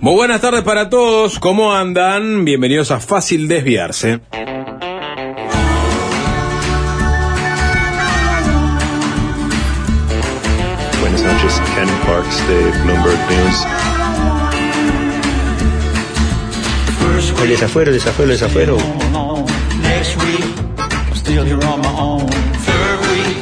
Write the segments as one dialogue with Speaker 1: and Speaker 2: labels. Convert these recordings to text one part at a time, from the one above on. Speaker 1: Muy buenas tardes para todos, ¿cómo andan? Bienvenidos a Fácil Desviarse.
Speaker 2: Buenas noches, Ken Parks de Bloomberg News.
Speaker 3: El desafuero, el desafuero, el desafuero.
Speaker 4: Next week, I'm still here on my own. Third week,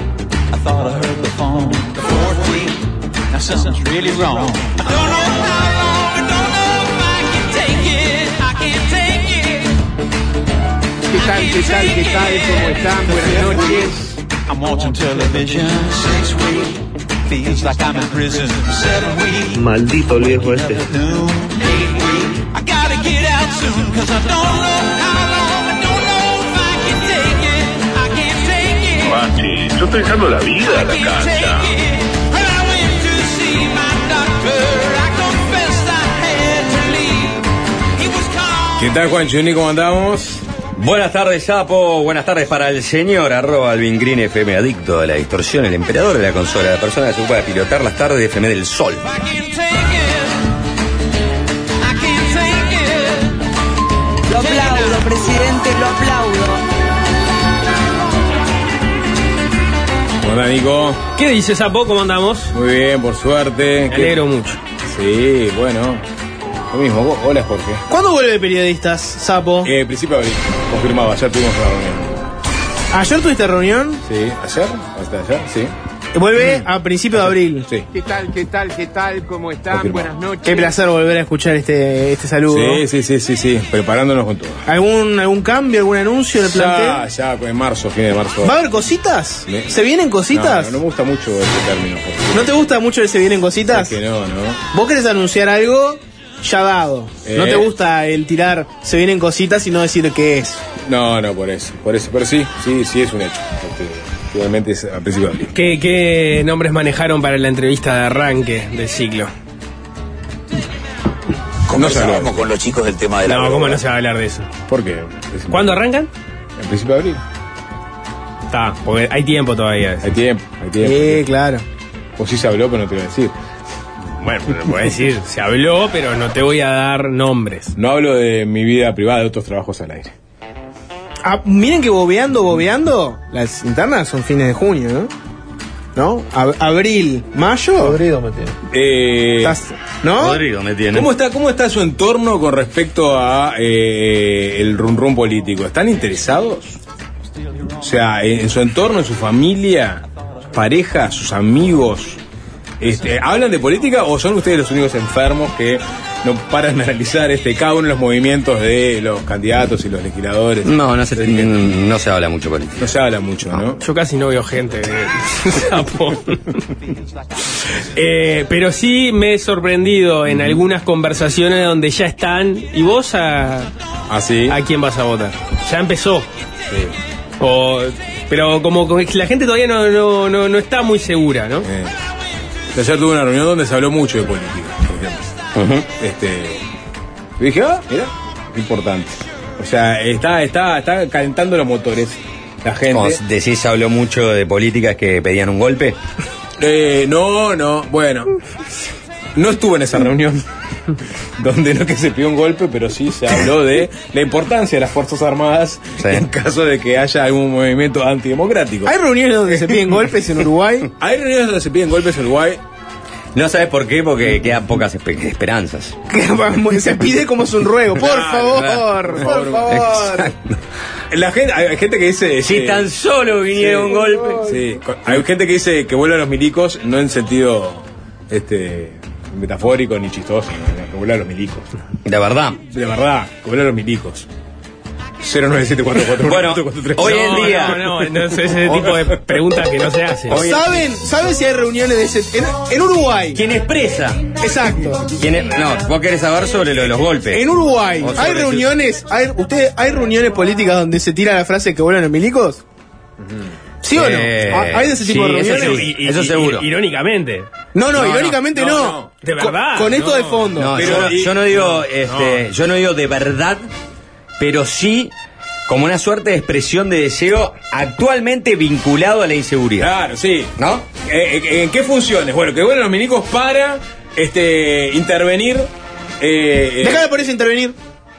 Speaker 4: I thought I heard the phone. The fourth week, now something's really wrong. I don't know how long, I don't know if I can take it. I can't take it.
Speaker 5: ¿Qué tal, qué tal, qué tal? ¿Cómo están? Buenas noches.
Speaker 4: I'm watching television. Six week, feels like I'm in prison. Seven week,
Speaker 3: Maldito viejo este.
Speaker 4: noon. Eight week, I gotta get out soon, cause I don't know how long, I don't know if I can take it. I can't take it.
Speaker 2: Mati, yo estoy dejando la vida a la cancha.
Speaker 1: ¿Qué tal, Juan Chuni? ¿Cómo andamos?
Speaker 6: Buenas tardes, Sapo. Buenas tardes para el señor arroba Alvin Green FM, adicto a la distorsión, el emperador de la consola, la persona que se ocupa de pilotar las tardes de FM del Sol.
Speaker 7: Lo aplaudo, presidente, lo aplaudo.
Speaker 1: ¿Cómo andan, Nico?
Speaker 8: ¿Qué dices, Sapo? ¿Cómo andamos?
Speaker 1: Muy bien, por suerte.
Speaker 8: Me alegro mucho.
Speaker 1: Sí, bueno. Lo mismo. Vos- Hola, Jorge.
Speaker 5: ¿Cuándo vuelve Periodistas, Sapo?
Speaker 1: Eh, principio de abril. Confirmado, ayer tuvimos la reunión.
Speaker 5: Ayer tuviste reunión.
Speaker 1: Sí, ayer, hasta ayer, sí.
Speaker 8: Mm.
Speaker 5: Vuelve a principio de abril.
Speaker 1: Sí.
Speaker 9: ¿Qué tal, qué tal, qué tal? ¿Cómo están?
Speaker 1: Confirmado.
Speaker 9: Buenas noches.
Speaker 5: Qué placer volver a escuchar este, este saludo.
Speaker 1: Sí, sí, sí, sí, sí. Preparándonos con todo.
Speaker 5: ¿Algún, ¿Algún cambio, algún anuncio en el
Speaker 1: Ya,
Speaker 5: plantel?
Speaker 1: ya, en marzo, fin de marzo.
Speaker 5: ¿Va a haber cositas?
Speaker 1: Me-
Speaker 5: ¿Se vienen cositas?
Speaker 1: No, no,
Speaker 5: No,
Speaker 1: no me gusta mucho ese término, Jorge.
Speaker 5: te gusta mucho el se vienen cositas?
Speaker 1: Es que no, ¿no?
Speaker 5: ¿Vos querés anunciar algo ya dado? No
Speaker 1: Eh.
Speaker 5: te gusta el tirar se vienen cositas y no decir qué es.
Speaker 1: No, no, por eso. Por eso, pero sí, sí, sí es un hecho. Este, finalmente es a principio de abril.
Speaker 8: ¿Qué, qué nombres manejaron para la entrevista de arranque del ciclo?
Speaker 1: No se
Speaker 10: Conversábamos
Speaker 1: habló.
Speaker 10: con los chicos del tema de la
Speaker 8: No,
Speaker 10: droga.
Speaker 8: ¿cómo no se va a hablar de eso?
Speaker 1: ¿Por qué? Es-
Speaker 8: ¿Cuándo arrancan?
Speaker 1: En principio de abril.
Speaker 8: Está, porque hay tiempo todavía.
Speaker 1: Hay tiempo, hay tiempo.
Speaker 5: Eh, claro.
Speaker 1: O sí se habló, pero no te voy a decir.
Speaker 8: Bueno, pero puedo decir, se habló, pero no te voy a dar nombres.
Speaker 1: No hablo de mi vida privada, de otros trabajos al aire.
Speaker 5: Ah, miren que bobeando, bobeando, las internas son fines de junio, ¿no? ¿No? Ab- abril, mayo.
Speaker 1: Eh,
Speaker 5: Estás- ¿No?
Speaker 6: Rodrigo me tiene.
Speaker 1: ¿Cómo está, ¿Cómo está su entorno con respecto a eh, el rum rum político? ¿Están interesados? O sea, en, en su entorno, en su familia, su pareja, sus amigos. Este, ¿Hablan de política o son ustedes los únicos enfermos que no paran de analizar este, cada uno de los movimientos de los candidatos y los legisladores?
Speaker 6: No, no se, no se habla mucho política.
Speaker 1: No se habla mucho, ¿no?
Speaker 8: Yo casi no veo gente de Japón. Eh, pero sí me he sorprendido en algunas conversaciones donde ya están. ¿Y vos a,
Speaker 1: Así.
Speaker 8: ¿A quién vas a votar? Ya empezó. O- pero como como que la gente todavía no, no, no, no está muy segura, ¿no?
Speaker 1: Eh, ayer tuve una reunión donde se habló mucho de política, por ejemplo. Este, y dije, ah, mira, importante. O sea, está, está, está calentando los motores la
Speaker 6: Como
Speaker 1: gente.
Speaker 6: decís, habló mucho de políticas que pedían un golpe.
Speaker 1: Eh, no, no, bueno. No estuve en esa reunión donde no que se pidió un golpe, pero sí se habló de la importancia de las Fuerzas Armadas
Speaker 6: Sí.
Speaker 1: en caso de que haya algún movimiento antidemocrático.
Speaker 5: Hay
Speaker 1: Hay,
Speaker 5: reuniones donde se piden golpes en Uruguay.
Speaker 1: hay reuniones donde se piden golpes en Uruguay.
Speaker 6: No sabes por qué, porque quedan pocas espe- esperanzas.
Speaker 5: que se pide como es un ruego. Por
Speaker 1: Claro,
Speaker 5: favor, por favor.
Speaker 6: Exacto.
Speaker 1: La gente, hay gente que dice...
Speaker 6: Si
Speaker 1: eh,
Speaker 6: tan solo viniera un golpe.
Speaker 1: Sí, co- hay gente que dice que vuelvan los milicos, no en sentido este metafórico ni chistoso, ¿no? que vuelvan los milicos.
Speaker 6: La verdad.
Speaker 1: De verdad, que vuelvan los milicos. 09744.
Speaker 6: Bueno, hoy en
Speaker 8: No,
Speaker 6: día.
Speaker 8: No, no, no, es ese tipo de preguntas que no se hacen.
Speaker 5: ¿Saben, ¿Saben si hay reuniones de ese en, en Uruguay?
Speaker 6: ¿Quién expresa?
Speaker 5: Exacto.
Speaker 6: ¿Quién es- No, vos querés saber sobre lo de los golpes.
Speaker 5: En Uruguay,
Speaker 6: O sobre
Speaker 5: ¿hay
Speaker 6: si-
Speaker 5: reuniones, hay, ustedes, hay reuniones políticas donde se tira la frase que vuelan los milicos? ¿Sí o no?
Speaker 6: Eh,
Speaker 5: ¿Hay de ese tipo
Speaker 6: sí,
Speaker 5: de
Speaker 6: eso
Speaker 5: reuniones?
Speaker 6: sí. Eso seguro.
Speaker 8: irónicamente.
Speaker 5: No, no,
Speaker 1: No, no,
Speaker 5: irónicamente
Speaker 1: no,
Speaker 5: no.
Speaker 1: no,
Speaker 8: de
Speaker 5: Con-
Speaker 8: verdad,
Speaker 5: Con, esto
Speaker 8: no.
Speaker 5: de fondo.
Speaker 6: No,
Speaker 1: Pero-
Speaker 6: yo, no,
Speaker 1: y-
Speaker 6: yo no digo, este, yo no digo de verdad, pero sí como una suerte de expresión de deseo actualmente vinculado a la inseguridad.
Speaker 1: Claro, sí.
Speaker 6: ¿No?
Speaker 1: Eh, eh, ¿En qué funciones? Bueno, que vuelvan los milicos para este intervenir eh, eh,
Speaker 5: Déjala por eso intervenir.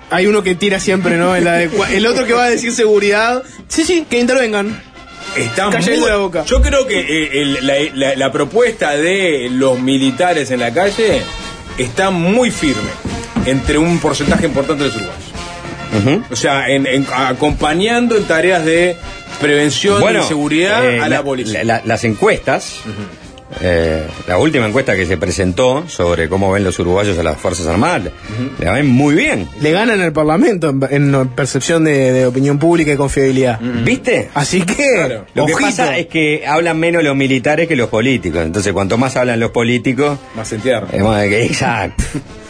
Speaker 5: Hay uno que tira siempre, ¿no? El, adecua- el otro que va a decir seguridad. Sí, sí, que intervengan.
Speaker 1: Está
Speaker 5: Cállate
Speaker 1: muy-
Speaker 5: la boca.
Speaker 1: Yo creo que eh, el- la, la- la propuesta de los militares en la calle está muy firme entre un porcentaje importante de los uruguayos. O sea, en- en- acompañando en tareas de prevención y seguridad
Speaker 6: eh,
Speaker 1: a la, policía.
Speaker 6: la- las encuestas, eh, la última encuesta que se presentó sobre cómo ven los uruguayos a las Fuerzas Armadas, la ven muy bien.
Speaker 5: Le ganan al Parlamento en, en percepción de, de opinión pública y confiabilidad.
Speaker 6: ¿Viste?
Speaker 5: Así que,
Speaker 1: Claro.
Speaker 6: Lo que
Speaker 5: ojito.
Speaker 6: pasa es que hablan menos los militares que los políticos. Entonces, cuanto más hablan los políticos,
Speaker 1: Más en tierra.
Speaker 6: es más que- exacto.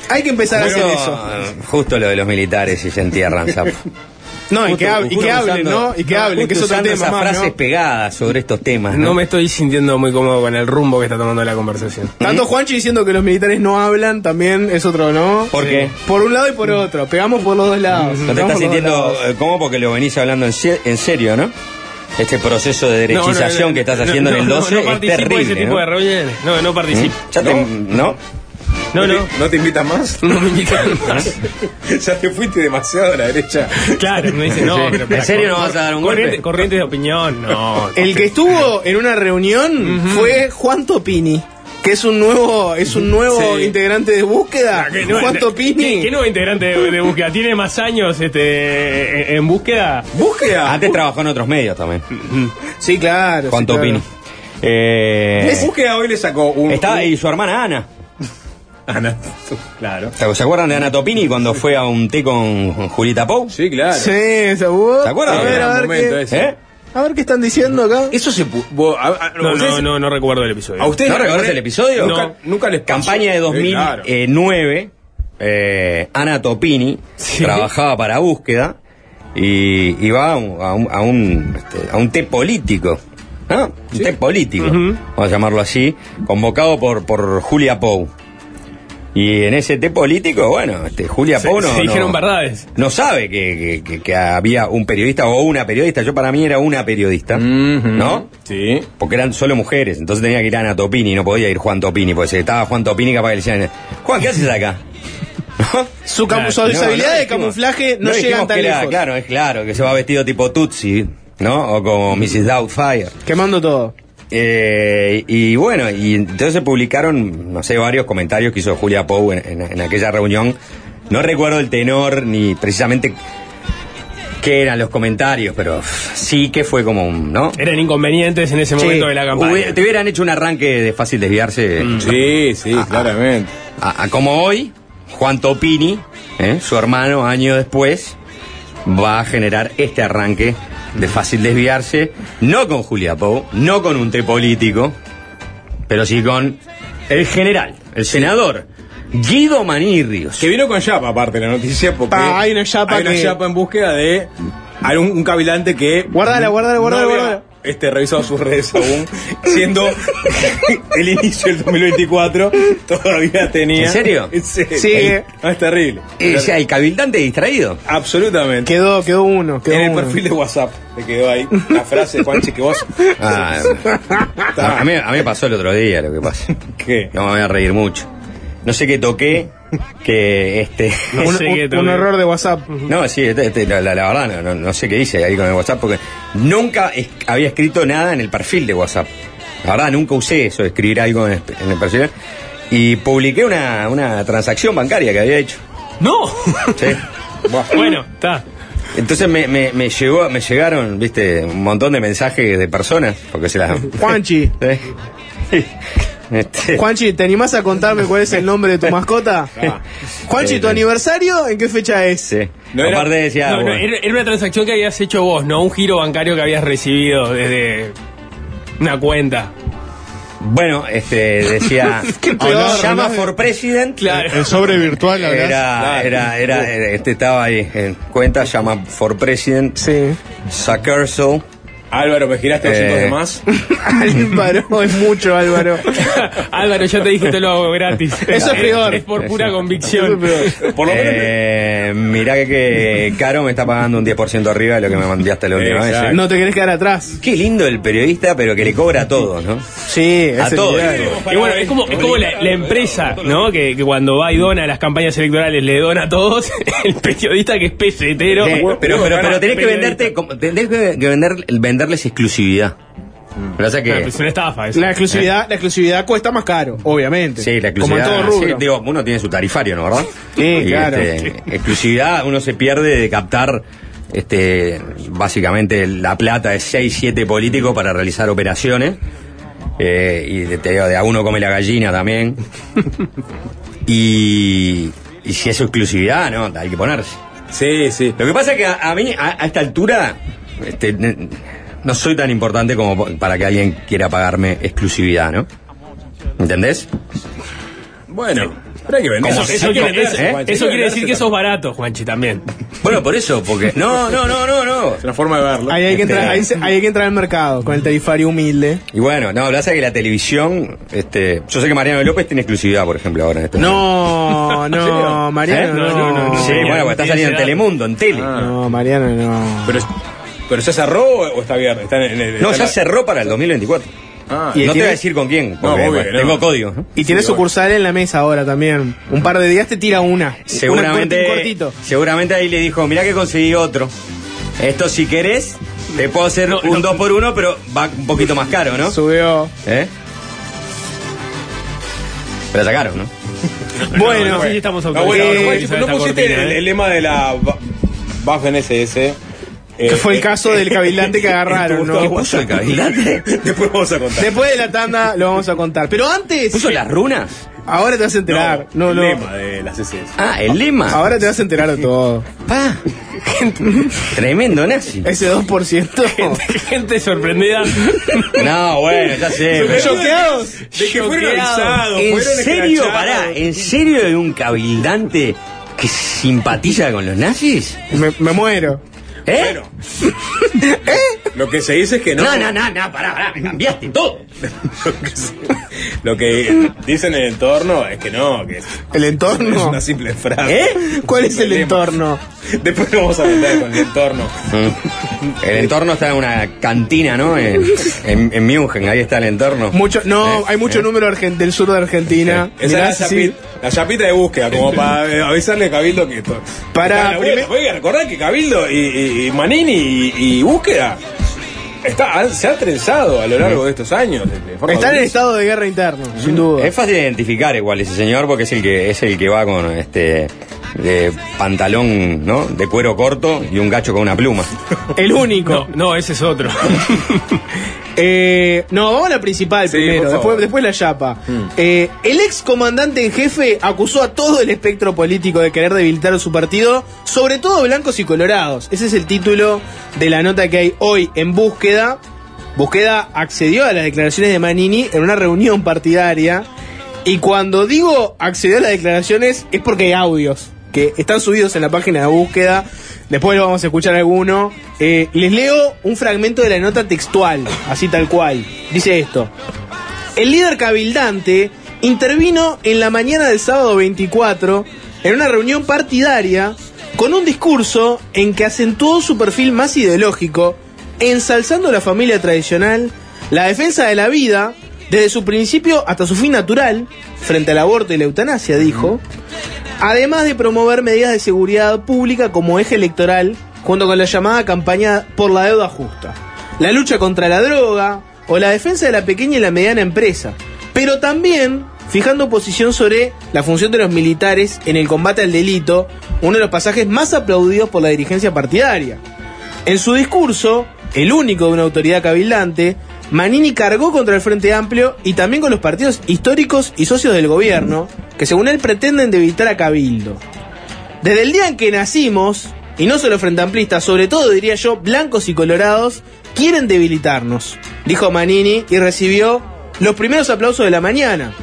Speaker 5: hay que empezar a hacer eso.
Speaker 6: Justo, justo lo de los militares si se entierran, sapo.
Speaker 5: No, y
Speaker 6: Justo-
Speaker 5: que, hab- y
Speaker 6: justo
Speaker 5: que hablen,
Speaker 6: usando-
Speaker 5: ¿no? Y que hablen,
Speaker 6: justo
Speaker 5: que es otro
Speaker 6: usando
Speaker 5: tema
Speaker 6: esas
Speaker 5: más,
Speaker 6: frases
Speaker 5: ¿no?
Speaker 6: pegadas sobre estos temas.
Speaker 8: No
Speaker 6: ¿no?
Speaker 8: me estoy sintiendo muy cómodo con el rumbo que está tomando la conversación.
Speaker 5: Tanto Juanchi diciendo que los militares no hablan también es otro, ¿no?
Speaker 6: ¿Por qué?
Speaker 5: Por un lado y por otro. Pegamos por los dos lados.
Speaker 6: No te
Speaker 5: Pegamos
Speaker 6: estás
Speaker 5: por los dos
Speaker 6: sintiendo
Speaker 5: lados.
Speaker 6: eh, cómo porque lo venís hablando en, se- en serio, ¿no? Este proceso de derechización
Speaker 8: No, no, no,
Speaker 6: que estás
Speaker 8: no,
Speaker 6: haciendo
Speaker 8: no,
Speaker 6: en el
Speaker 8: no,
Speaker 6: 12
Speaker 8: no,
Speaker 6: es
Speaker 8: participo
Speaker 6: terrible.
Speaker 8: de ese tipo
Speaker 6: ¿no? ¿Mm?
Speaker 8: de reuniones. No, no participo.
Speaker 6: Ya te- ¿no? ¿Mm?
Speaker 8: No, no.
Speaker 1: te- te invitan más?
Speaker 8: No me invitan más.
Speaker 1: ya te fuiste demasiado a la derecha.
Speaker 8: Claro, me dicen, no,
Speaker 6: Sí.
Speaker 8: pero
Speaker 6: ¿En
Speaker 8: pará,
Speaker 6: serio
Speaker 8: cor-
Speaker 6: no vas a dar un
Speaker 8: corriente,
Speaker 6: golpe?
Speaker 8: Corriente de opinión, no.
Speaker 5: El que estuvo en una reunión fue Juan Topini, que es un nuevo, es un nuevo
Speaker 1: Sí.
Speaker 5: integrante de búsqueda.
Speaker 8: Que no-
Speaker 5: Juan Topini.
Speaker 8: ¿Qué, qué nuevo integrante de, de búsqueda? ¿Tiene más años este, en, en búsqueda?
Speaker 1: Búsqueda.
Speaker 6: Antes trabajó en otros medios también.
Speaker 5: Sí, claro.
Speaker 6: Juan
Speaker 5: sí, claro.
Speaker 6: Topini. Eh,
Speaker 1: Búsqueda hoy le sacó un.
Speaker 6: está,
Speaker 1: un-
Speaker 6: y su hermana Ana.
Speaker 1: Ana. Claro.
Speaker 6: ¿Se se acuerdan de Ana Topini cuando fue a un té con Julita Pou?
Speaker 1: Sí, claro.
Speaker 5: Sí, esa uh,
Speaker 6: ¿Se acuerdan?
Speaker 5: A ver,
Speaker 1: Era
Speaker 5: a
Speaker 1: un
Speaker 5: ver,
Speaker 1: momento
Speaker 5: qué,
Speaker 1: ese.
Speaker 6: ¿Eh?
Speaker 5: a ver qué están diciendo acá.
Speaker 1: Eso se. pu- vos- a- a-
Speaker 8: No,
Speaker 1: ustedes-
Speaker 8: no, no, no recuerdo el episodio.
Speaker 1: ¿A ustedes
Speaker 6: ¿No
Speaker 1: les-
Speaker 6: recordás el episodio?
Speaker 1: Nunca,
Speaker 8: No.
Speaker 1: nunca les pasó.
Speaker 6: Campaña de
Speaker 1: Sí, claro.
Speaker 6: 2009, eh, Ana Topini trabajaba para búsqueda y iba a un, a un, a un, este, a un té político. ¿no? Un té político, vamos a llamarlo así, convocado por, por Julia Pou. Y en ese té político, bueno, este, Julia
Speaker 8: Se-
Speaker 6: Pou no,
Speaker 8: se
Speaker 6: no-
Speaker 8: dijeron verdades.
Speaker 6: no sabe que, que- que- que había un periodista o una periodista. Yo para mí era una periodista, ¿no?
Speaker 1: Sí.
Speaker 6: Porque eran solo mujeres, entonces tenía que ir Ana Topini, no podía ir Juan Topini, porque si estaba Juan Topini capaz que le decían, Juan, ¿qué haces acá?
Speaker 5: Su, camu-
Speaker 8: Claro,
Speaker 5: su
Speaker 6: No, no
Speaker 5: habilidad de
Speaker 6: dijimos-
Speaker 5: camuflaje no,
Speaker 6: dijimos
Speaker 5: llegan
Speaker 6: que
Speaker 5: tan
Speaker 6: era-
Speaker 5: lejos.
Speaker 6: Claro, es claro, que se va vestido tipo Tutsi, ¿no? O como Mrs. Doubtfire.
Speaker 5: Quemando todo.
Speaker 6: Eh, y bueno, y entonces se publicaron, no sé, varios comentarios que hizo Julia Pou en, en- en aquella reunión. No recuerdo el tenor ni precisamente qué eran los comentarios, pero uff, sí que fue como un, ¿no?
Speaker 8: Eran inconvenientes en ese
Speaker 6: Sí,
Speaker 8: Este momento de la campaña. Mm.
Speaker 6: hubiera- te hubieran hecho un arranque de fácil desviarse.
Speaker 1: Sí, sí, claramente.
Speaker 6: A- a- como hoy, Juan Topini, ¿eh? su hermano, año después, va a generar este arranque de fácil desviarse, no con Julia Pou, no con un té político, pero sí con el general, el senador, Guido Manirrios.
Speaker 1: Que vino con Yapa, aparte la noticia, porque.
Speaker 5: Ah, hay una yapa
Speaker 1: hay una
Speaker 5: que-
Speaker 1: yapa en búsqueda de. Hay un, un cabilante que.
Speaker 5: Guardala, guardala, guardala,
Speaker 1: había,
Speaker 5: guardala.
Speaker 1: Este, revisado sus redes aún, siendo el inicio del 2024, todavía tenía.
Speaker 6: ¿En serio?
Speaker 1: En serio.
Speaker 5: Sigue.
Speaker 1: No, es terrible.
Speaker 6: Eh, o sea, el cabildante distraído.
Speaker 1: Absolutamente.
Speaker 5: Quedó, quedó uno. Quedó
Speaker 1: en el
Speaker 5: uno.
Speaker 1: perfil de WhatsApp te quedó ahí la frase de Juanchi que vos.
Speaker 6: Ah, a, a mí, a mí me pasó el otro día lo que pasa.
Speaker 1: ¿Qué?
Speaker 6: No me voy a reír mucho. No sé qué toqué, que este...
Speaker 8: No
Speaker 5: Un,
Speaker 8: sé
Speaker 5: un-
Speaker 8: qué
Speaker 5: un
Speaker 8: toque.
Speaker 5: error de WhatsApp.
Speaker 6: No, sí, este- este, la, la- la verdad, no, no- no sé qué hice ahí con el WhatsApp, porque nunca es- había escrito nada en el perfil de WhatsApp. La verdad, nunca usé eso, escribir algo en, el- en el perfil. Y publiqué una, una transacción bancaria que había hecho.
Speaker 8: ¡No!
Speaker 6: ¿sí?
Speaker 8: bueno, está.
Speaker 6: Entonces me, me- me llegó, me llegaron, viste, un montón de mensajes de personas, porque se las...
Speaker 5: Juanchi,
Speaker 6: ¿Eh? Este,
Speaker 5: Juanchi, ¿te animás a contarme cuál es el nombre de
Speaker 6: Ah.
Speaker 5: tu mascota? Juanchi, ¿tu aniversario en qué fecha es?
Speaker 6: sí.
Speaker 1: No era-
Speaker 6: Aparte decía,
Speaker 8: No, no,
Speaker 6: bueno,
Speaker 8: era, era una transacción que habías hecho vos, ¿no? Un giro bancario que habías recibido desde una cuenta.
Speaker 6: bueno, este, decía,
Speaker 5: peor,
Speaker 6: llama
Speaker 5: ¿no?
Speaker 6: for president,
Speaker 10: El sobre virtual, habrás.
Speaker 6: Era, era, era, eh, este estaba ahí en cuenta, llama For President,
Speaker 5: Sí.
Speaker 6: Sackerso,
Speaker 1: Álvaro, ¿me giraste los
Speaker 6: Eh,
Speaker 1: chicos de más?
Speaker 5: Álvaro, es mucho, Álvaro.
Speaker 8: Álvaro, yo te dije te lo hago gratis.
Speaker 5: Eso es peor.
Speaker 8: Es por pura convicción.
Speaker 1: Por lo menos.
Speaker 6: Eh, mirá que, que Caro me está pagando un 10% arriba de lo que me mandaste la última vez.
Speaker 1: Exacto.
Speaker 6: ¿eh?
Speaker 5: No te querés quedar atrás.
Speaker 6: Qué lindo el periodista, pero que le cobra a todos, ¿no?
Speaker 5: Sí,
Speaker 6: A
Speaker 5: ese
Speaker 6: todos.
Speaker 5: nivel.
Speaker 8: Y bueno, es como, es como la, la empresa, ¿no? Que, que cuando va y dona a las campañas electorales le dona a todos. El periodista que es pesetero.
Speaker 6: Sí, pero, pero, pero, tenés que
Speaker 8: Periodista.
Speaker 6: venderte, como- tenés que que vender, venderles exclusividad. Pero, o sea
Speaker 8: Ah,
Speaker 6: que,
Speaker 8: pero Es una estafa eso.
Speaker 5: La exclusividad, la exclusividad cuesta más caro, obviamente.
Speaker 6: sí, la
Speaker 5: Este, Como en
Speaker 6: exclusividad.
Speaker 5: todo rubro.
Speaker 6: sí, digo, uno tiene su tarifario, ¿no? ¿Verdad?
Speaker 5: Sí, claro.
Speaker 6: este, exclusividad, uno se pierde de captar este básicamente la plata de 6, 7 políticos para realizar operaciones. Eh, y de- te digo, de a uno come la gallina también. y, y si es exclusividad, ¿no? Hay que ponerse.
Speaker 1: Sí, sí.
Speaker 6: Lo que pasa es que a, a mí, a, a esta altura, este, ne- no soy tan importante como po- para que alguien quiera pagarme exclusividad, ¿no? ¿Entendés?
Speaker 1: Bueno, pero hay que vender.
Speaker 6: Como
Speaker 8: Eso,
Speaker 6: que
Speaker 8: eso
Speaker 6: hay
Speaker 8: quiere,
Speaker 6: vender,
Speaker 8: eso-
Speaker 6: ¿eh?
Speaker 1: Juanchi,
Speaker 8: eso
Speaker 1: hay
Speaker 8: quiere decir
Speaker 1: venderse
Speaker 8: que sos barato, Juanchi, también.
Speaker 6: Bueno, por eso, porque. No, no, no, no, no.
Speaker 1: Es una forma de verlo.
Speaker 5: Ahí hay, que
Speaker 6: Este-
Speaker 5: entrar, ahí, se- ahí hay que entrar al mercado con el tarifario humilde.
Speaker 6: Y bueno, no, lo que pasa es que la televisión. Este, yo sé que Mariano López tiene exclusividad, por ejemplo, ahora en este momento.
Speaker 5: No, no, Mariano,
Speaker 6: ¿Eh?
Speaker 5: no. No,
Speaker 8: no, no.
Speaker 6: Sí, bueno, porque está saliendo en Telemundo, en tele.
Speaker 5: Ah. Mariano, no.
Speaker 1: Pero, pero ya cerró o o está abierto? Está en, en- en-
Speaker 6: no, ya
Speaker 1: está la-
Speaker 6: cerró para el 2024.
Speaker 1: Ah,
Speaker 5: Y
Speaker 6: no te
Speaker 5: tiene-
Speaker 6: voy a decir con quién, porque
Speaker 1: obvio
Speaker 6: bueno,
Speaker 1: que no.
Speaker 6: tengo código. ¿no?
Speaker 5: Y tiene
Speaker 1: Sí,
Speaker 5: sucursal en la mesa ahora también. Un par de días te tira una.
Speaker 6: Seguramente,
Speaker 5: Una corti- un cortito.
Speaker 6: seguramente ahí le dijo, mirá que conseguí otro. Esto si querés, te puedo hacer un 2 por 1 pero va un poquito más caro, ¿no?
Speaker 5: Subió.
Speaker 6: ¿Eh? Pero sacaron, ¿no?
Speaker 5: Bueno,
Speaker 8: no sé si estamos
Speaker 1: Ah, bueno,
Speaker 8: autorizados
Speaker 1: bueno,
Speaker 8: para
Speaker 1: Juanchi,
Speaker 8: usar
Speaker 1: no
Speaker 8: esta
Speaker 1: pusiste
Speaker 8: cortina,
Speaker 1: el,
Speaker 8: ¿eh?
Speaker 1: el lema de la Ba- Waffen SS. eh,
Speaker 5: que fue el
Speaker 1: eh,
Speaker 5: caso del cabildante que agarraron,
Speaker 6: ¿Qué
Speaker 5: ¿no?
Speaker 6: puso el cabildante?
Speaker 1: Después vamos a contar.
Speaker 5: Después de la tanda lo vamos a contar. Pero antes,
Speaker 6: ¿Puso las runas?
Speaker 5: ahora te vas a enterar. No,
Speaker 1: el
Speaker 5: no.
Speaker 1: lema de las SS.
Speaker 6: Ah, el lema.
Speaker 5: Ahora te vas a enterar de todo.
Speaker 6: Pa. Tremendo nazi.
Speaker 5: Ese 2%.
Speaker 8: Gente sorprendida.
Speaker 6: No, bueno, ya sé. pero-
Speaker 5: ¿Choqueados?
Speaker 1: De que fueron avisados.
Speaker 6: ¿En
Speaker 1: fueron
Speaker 6: serio,
Speaker 1: escrachados.
Speaker 6: pará? ¿En serio hay un cabildante que simpatiza con los nazis?
Speaker 5: Me, me muero.
Speaker 6: ¿Eh?
Speaker 1: Bueno. ¿Eh? Lo que se dice es que no.
Speaker 6: No, no, no, no, pará, pará, me cambiaste todo.
Speaker 1: Lo que dicen en el entorno es que no, que es,
Speaker 5: ¿El
Speaker 1: es
Speaker 5: entorno?
Speaker 1: una simple frase.
Speaker 6: ¿Eh?
Speaker 5: ¿Cuál es el
Speaker 1: Lema.
Speaker 5: entorno?
Speaker 1: Después lo vamos a contar con el entorno.
Speaker 6: El entorno está en una cantina, ¿no? En, en, en München, ahí está el entorno. ¿Eh?
Speaker 5: Mucho, no, hay mucho número argen- del sur de Argentina.
Speaker 1: ¿Eh? Esa
Speaker 5: Mirá,
Speaker 1: es la,
Speaker 5: sí.
Speaker 1: chapi- la chapita de búsqueda, como para eh, avisarle a Cabildo que esto.
Speaker 5: Para
Speaker 1: Claro, bueno,
Speaker 5: primer-
Speaker 1: Oiga, recordad que Cabildo y, y- y Manini y, y búsqueda está, han- se han trenzado a lo largo de estos años. de- de forma
Speaker 5: Está en
Speaker 1: durísima.
Speaker 5: estado de guerra interno,
Speaker 1: ¿Eh?
Speaker 5: sin duda.
Speaker 6: Es fácil identificar igual ese señor porque es el que es el que va con este de pantalón, ¿no? De cuero corto y un gacho con una pluma.
Speaker 5: El único.
Speaker 8: No, no, ese es otro.
Speaker 5: Eh, no, vamos a la principal
Speaker 1: Sí,
Speaker 5: primero,
Speaker 1: por
Speaker 5: después,
Speaker 1: favor.
Speaker 5: después la chapa. Eh, el ex comandante en jefe acusó a todo el espectro político de querer debilitar a su partido, sobre todo blancos y colorados. Ese es el título de la nota que hay hoy en búsqueda. Búsqueda accedió a las declaraciones de Manini en una reunión partidaria. Y cuando digo accedió a las declaraciones es porque hay audios que están subidos en la página de búsqueda. Después lo vamos a escuchar alguno. Eh, les leo un fragmento de la nota textual, así tal cual. Dice esto. El líder cabildante intervino en la mañana del sábado 24 en una reunión partidaria con un discurso en que acentuó su perfil más ideológico, ensalzando la familia tradicional, la defensa de la vida, desde su principio hasta su fin natural, frente al aborto y la eutanasia, dijo, además de promover medidas de seguridad pública como eje electoral, junto con la llamada campaña por la deuda justa, la lucha contra la droga o la defensa de la pequeña y la mediana empresa, pero también fijando posición sobre la función de los militares en el combate al delito, uno de los pasajes más aplaudidos por la dirigencia partidaria. En su discurso, el único de una autoridad cabildante, Manini cargó contra el Frente Amplio y también con los partidos históricos y socios del gobierno, que según él pretenden debilitar a Cabildo. Desde el día en que nacimos, y no solo frente amplistas, sobre todo diría yo, blancos y colorados, quieren debilitarnos, dijo Manini y recibió los primeros aplausos de la mañana.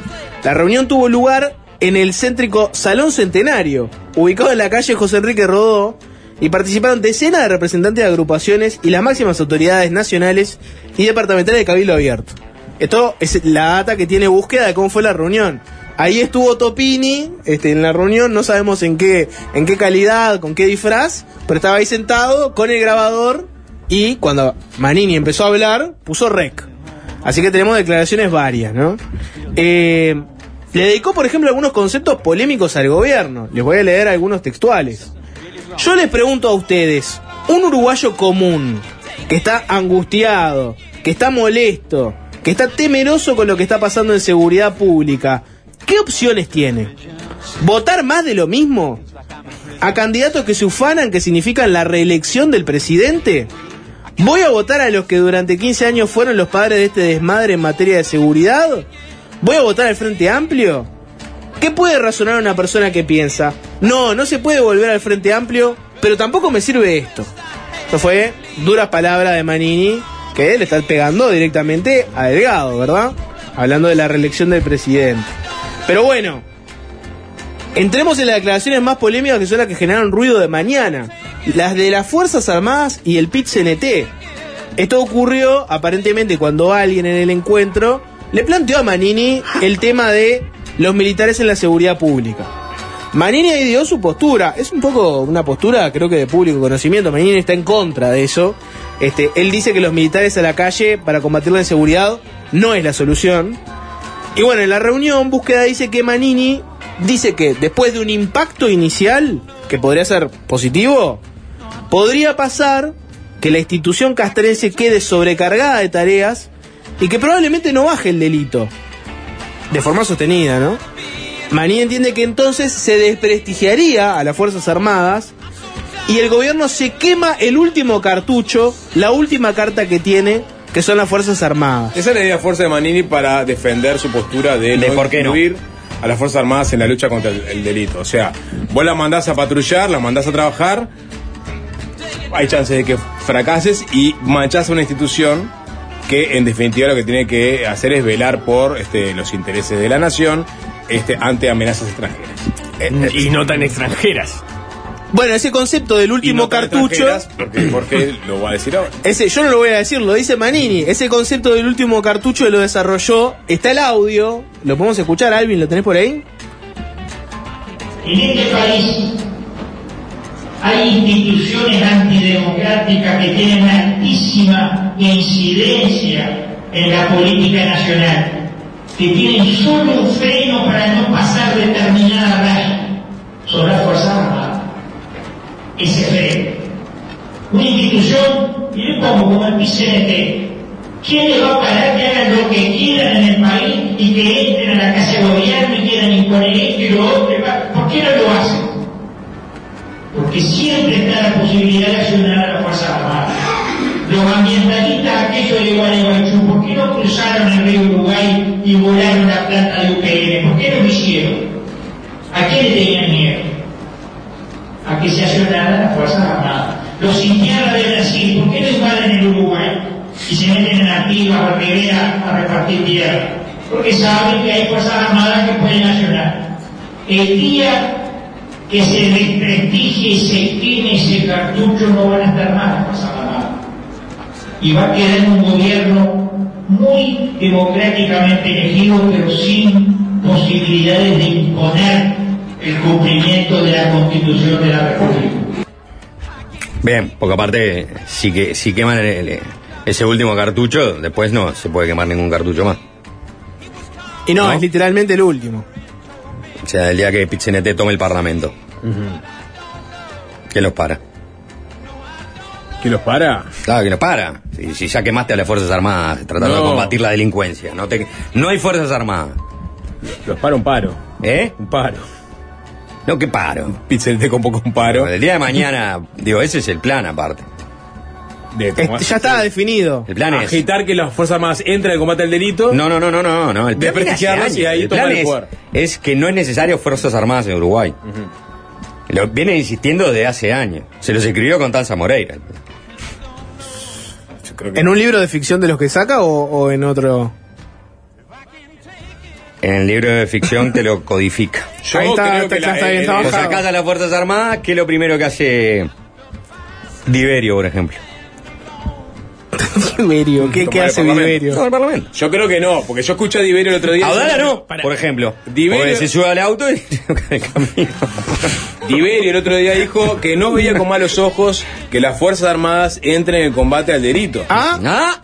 Speaker 5: La reunión tuvo lugar en el céntrico Salón Centenario, ubicado en la calle José Enrique Rodó, y participaron decenas de representantes de agrupaciones y las máximas autoridades nacionales y departamentales de Cabildo Abierto. Esto es la data que tiene búsqueda de cómo fue la reunión. Ahí estuvo Topini este, en la reunión, no sabemos en qué, en qué calidad, con qué disfraz, pero estaba ahí sentado con el grabador y cuando Manini empezó a hablar, puso rec. Así que tenemos declaraciones varias, ¿no? Eh, le dedicó, por ejemplo, algunos conceptos polémicos al gobierno. Les voy a leer algunos textuales. Yo les pregunto a ustedes, un uruguayo común, que está angustiado, que está molesto, que está temeroso con lo que está pasando en seguridad pública, ¿qué opciones tiene? ¿Votar más de lo mismo? ¿A candidatos que se ufanan que significan la reelección del presidente? ¿Voy a votar a los que durante 15 años fueron los padres de este desmadre en materia de seguridad? ¿Voy a votar al Frente Amplio? ¿Qué puede razonar una persona que piensa? No, no se puede volver al Frente Amplio, pero tampoco me sirve esto. Esto fue duras palabras de Manini, que le está pegando directamente a Delgado, ¿verdad? Hablando de la reelección del presidente. Pero bueno, entremos en las declaraciones más polémicas que son las que generaron ruido de mañana. Las de las Fuerzas Armadas y el PIT-CNT. Esto ocurrió aparentemente cuando alguien en el encuentro le planteó a Manini el tema de los militares en la seguridad pública. Manini ahí dio su postura. Es un poco una postura, creo que de público conocimiento. Manini está en contra de eso. Este, él dice que los militares a la calle para combatir la inseguridad no es la solución. Y bueno, en la reunión, Búsqueda dice que Manini dice que después de un impacto inicial, que podría ser positivo, podría pasar que la institución castrense quede sobrecargada de tareas y que probablemente no baje el delito. De forma sostenida, ¿no? Manini entiende que entonces se desprestigiaría a las Fuerzas Armadas y el gobierno se quema el último cartucho, la última carta que tiene, que son las Fuerzas Armadas.
Speaker 1: Esa es la idea fuerza de Manini para defender su postura de,
Speaker 6: De por qué no.
Speaker 1: incluir a las Fuerzas Armadas en la lucha contra el, el delito. O sea, vos la mandás a patrullar, la mandás a trabajar, hay chances de que fracases y manchás a una institución que en definitiva lo que tiene que hacer es velar por este, los intereses de la nación este, ante amenazas extranjeras. Eh, Mm.
Speaker 8: Y no tan extranjeras.
Speaker 5: Bueno, ese concepto del
Speaker 1: Y
Speaker 5: último
Speaker 1: no tan
Speaker 5: cartucho...
Speaker 1: extranjeras, Porque Jorge lo va a decir ahora.
Speaker 5: Ese, yo no lo voy a decir, lo dice Manini. Ese concepto del último cartucho lo desarrolló. Está el audio. ¿Lo podemos escuchar, Alvin? ¿Lo tenés por ahí?
Speaker 11: En este país hay instituciones antidemocráticas que tienen una altísima incidencia en la política nacional, que tienen solo un freno para no pasar determinada raya. Son las Fuerzas Armadas. Ese freno. Una institución, miren como, como el PCNT, ¿quién les va a parar que hagan lo que quieran en el país y que entren a la casa de gobierno y quieran imponer esto y lo otro? y va- ¿Por qué no lo hacen? Porque siempre está la posibilidad de accionar a las Fuerzas Armadas. Los ambientalistas, aquellos de Gualeguaychú, ¿por qué no cruzaron el río Uruguay y volaron la planta de UPN? ¿Por qué no lo hicieron? ¿A qué le tenían miedo? A que se accionaran las Fuerzas Armadas. Los indianos de Brasil, ¿por qué no invaden el Uruguay y se meten en Antigua o en Rivera a repartir tierra? Porque saben que hay Fuerzas Armadas que pueden accionar. El día que se desprestigie y se queme ese cartucho no van a estar más las Fuerzas Armadas. Y va a quedar un gobierno muy democráticamente elegido, pero sin posibilidades de imponer el cumplimiento de la Constitución de la República.
Speaker 6: Bien, porque aparte, si, que, si queman el- el- ese último cartucho, después no se puede quemar ningún cartucho más.
Speaker 5: Y no, es literalmente el último.
Speaker 6: O sea, el día que Pichinete tome el parlamento. ¿Quién los para?
Speaker 1: ¿Quién los para?
Speaker 6: Claro, ¿quién los para? Si, si ya quemaste a las Fuerzas Armadas tratando
Speaker 1: No.
Speaker 6: de combatir la delincuencia. No, te- no hay Fuerzas Armadas.
Speaker 1: Los para un paro.
Speaker 6: ¿Eh?
Speaker 1: Un paro.
Speaker 6: No, que paro.
Speaker 1: Pichelete con poco un paro.
Speaker 6: El día de mañana, digo, ese es el plan aparte.
Speaker 1: De tomar-
Speaker 5: Este, ya está definido.
Speaker 6: El plan es...
Speaker 1: agitar que las Fuerzas Armadas entren al combate al delito.
Speaker 6: No, no, no, no, no, no. El plan, viene hace
Speaker 1: Desprestigiarlos
Speaker 6: años.
Speaker 1: y ahí
Speaker 6: El
Speaker 1: tomar
Speaker 6: plan
Speaker 1: el
Speaker 6: es,
Speaker 1: poder.
Speaker 6: es que no es necesario Fuerzas Armadas en Uruguay. Lo viene insistiendo desde hace años. Se los escribió Constanza Moreira.
Speaker 1: Yo creo que
Speaker 5: ¿En un libro de ficción de los que saca o, o en otro?
Speaker 6: En el libro de ficción te lo codifica.
Speaker 1: Yo
Speaker 5: Ahí está,
Speaker 1: creo
Speaker 5: está-
Speaker 1: que
Speaker 5: ya
Speaker 1: la-
Speaker 5: está bien,
Speaker 1: el-
Speaker 5: está
Speaker 1: el-
Speaker 6: Lo
Speaker 5: bajado.
Speaker 6: sacás a las Fuerzas Armadas, que es lo primero que hace Diverio, por ejemplo.
Speaker 5: Diverio, ¿qué, qué
Speaker 6: Tomar el
Speaker 5: hace
Speaker 6: Parlamento.
Speaker 5: Diverio?
Speaker 6: Tomar el Parlamento.
Speaker 1: Yo creo que no, porque yo escuché a Diverio el otro día.
Speaker 6: Audala
Speaker 1: Dice-
Speaker 6: no, por ejemplo.
Speaker 1: Diverio-
Speaker 6: Porque se sube al auto y...
Speaker 1: Diverio el otro día dijo que no veía con malos ojos que las Fuerzas Armadas entren en combate al delito.
Speaker 5: ¿Ah?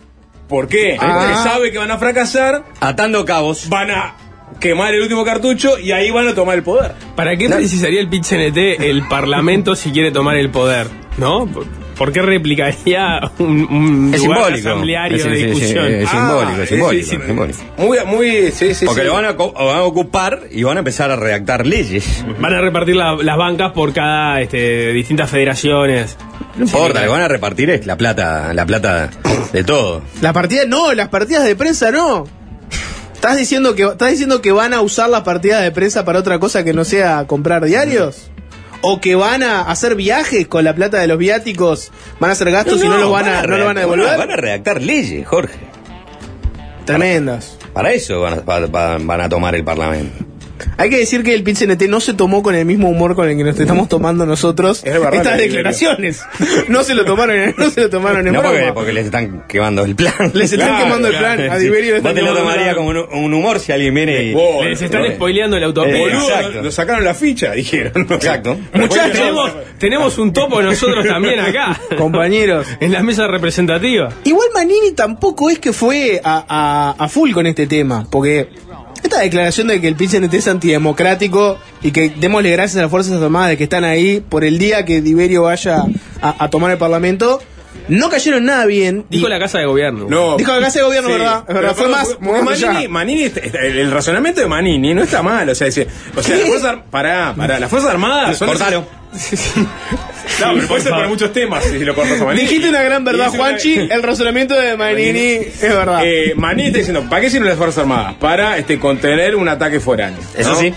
Speaker 1: ¿Por qué?
Speaker 6: Ah.
Speaker 1: Porque sabe que van a fracasar,
Speaker 6: Atando cabos.
Speaker 1: van a quemar el último cartucho y ahí van a tomar el poder.
Speaker 8: ¿Para qué
Speaker 1: No.
Speaker 8: precisaría el pitch NT el Parlamento si quiere tomar el poder? ¿No? ¿Por- ¿Por qué replicaría un, un
Speaker 6: Es
Speaker 8: lugar
Speaker 6: simbólico.
Speaker 8: asambleario
Speaker 6: Es-
Speaker 8: de
Speaker 6: es- es-
Speaker 8: discusión?
Speaker 6: es- es
Speaker 8: Ah,
Speaker 6: simbólico, es simbólico,
Speaker 1: sí, sí.
Speaker 6: es simbólico.
Speaker 1: Muy, muy, sí, sí.
Speaker 6: Porque
Speaker 1: sí.
Speaker 6: lo van a, co- van a ocupar y van a empezar a redactar leyes.
Speaker 8: Van a repartir la- las bancas por cada este, distintas federaciones.
Speaker 6: No importa, lo que van a repartir es la plata, la plata de todo.
Speaker 5: La partida no, las partidas de prensa no. ¿Estás diciendo que estás diciendo que van a usar las partidas de prensa para otra cosa que no sea comprar diarios? ¿O que van a hacer viajes con la plata de los viáticos? ¿Van a hacer gastos y no, los van a, Ah, no lo van a
Speaker 6: redactar-
Speaker 5: devolver?
Speaker 6: Van a redactar leyes, Jorge.
Speaker 5: Tremendas.
Speaker 6: Para eso van a, va- va- van a tomar el Parlamento.
Speaker 5: Hay que decir que el Pitch NT no se tomó con el mismo humor con el que nos estamos tomando nosotros
Speaker 1: Es verdad,
Speaker 5: estas
Speaker 1: Miguel.
Speaker 5: declaraciones. No se lo tomaron, en- no se lo tomaron en
Speaker 6: No porque,
Speaker 5: broma.
Speaker 6: porque les están quemando el plan.
Speaker 5: Les están
Speaker 1: Claro,
Speaker 5: quemando el plan.
Speaker 1: claro.
Speaker 5: A Diverio le
Speaker 6: Vos
Speaker 5: están
Speaker 6: te lo
Speaker 5: quemando el
Speaker 6: tomaría
Speaker 5: plan.
Speaker 6: como un, un humor si alguien viene y...
Speaker 1: Vos,
Speaker 8: Les están
Speaker 6: Eh,
Speaker 8: spoileando el autopista.
Speaker 1: Boludo,
Speaker 6: exacto.
Speaker 1: lo sacaron la ficha, dijeron.
Speaker 6: Exacto.
Speaker 8: Muchachos, tenemos, tenemos un topo nosotros también acá.
Speaker 5: Compañeros.
Speaker 8: En la mesa representativa.
Speaker 5: Igual Manini tampoco es que fue a, a- a full con este tema, porque esta declaración de que el PCNT es antidemocrático y que démosle gracias a las Fuerzas Armadas de que están ahí por el día que Diverio vaya a, a tomar el Parlamento, no cayeron nada bien.
Speaker 8: Dijo
Speaker 5: Y-
Speaker 8: la Casa de Gobierno.
Speaker 1: No.
Speaker 5: Dijo la casa de gobierno, ¿verdad? Es verdad,
Speaker 1: Pero
Speaker 5: fue
Speaker 1: perdón,
Speaker 5: más-
Speaker 1: porque
Speaker 5: fue más
Speaker 1: Manini,
Speaker 5: allá.
Speaker 1: Manini está- está- el, el razonamiento de Manini no está mal. O sea, dice, o sea, las fuerzas, Ar- pará, pará, las fuerzas armadas son.
Speaker 6: Cortalo.
Speaker 1: No, pero puede ser para muchos temas si lo cortas a Manini.
Speaker 5: Dijiste una gran verdad,
Speaker 1: Y dice una-
Speaker 5: Juanchi, el razonamiento de Manini es verdad.
Speaker 1: Eh, Manini está diciendo, ¿para qué sirven las Fuerzas Armadas? Para este, contener un ataque foráneo. ¿no?
Speaker 6: Eso sí.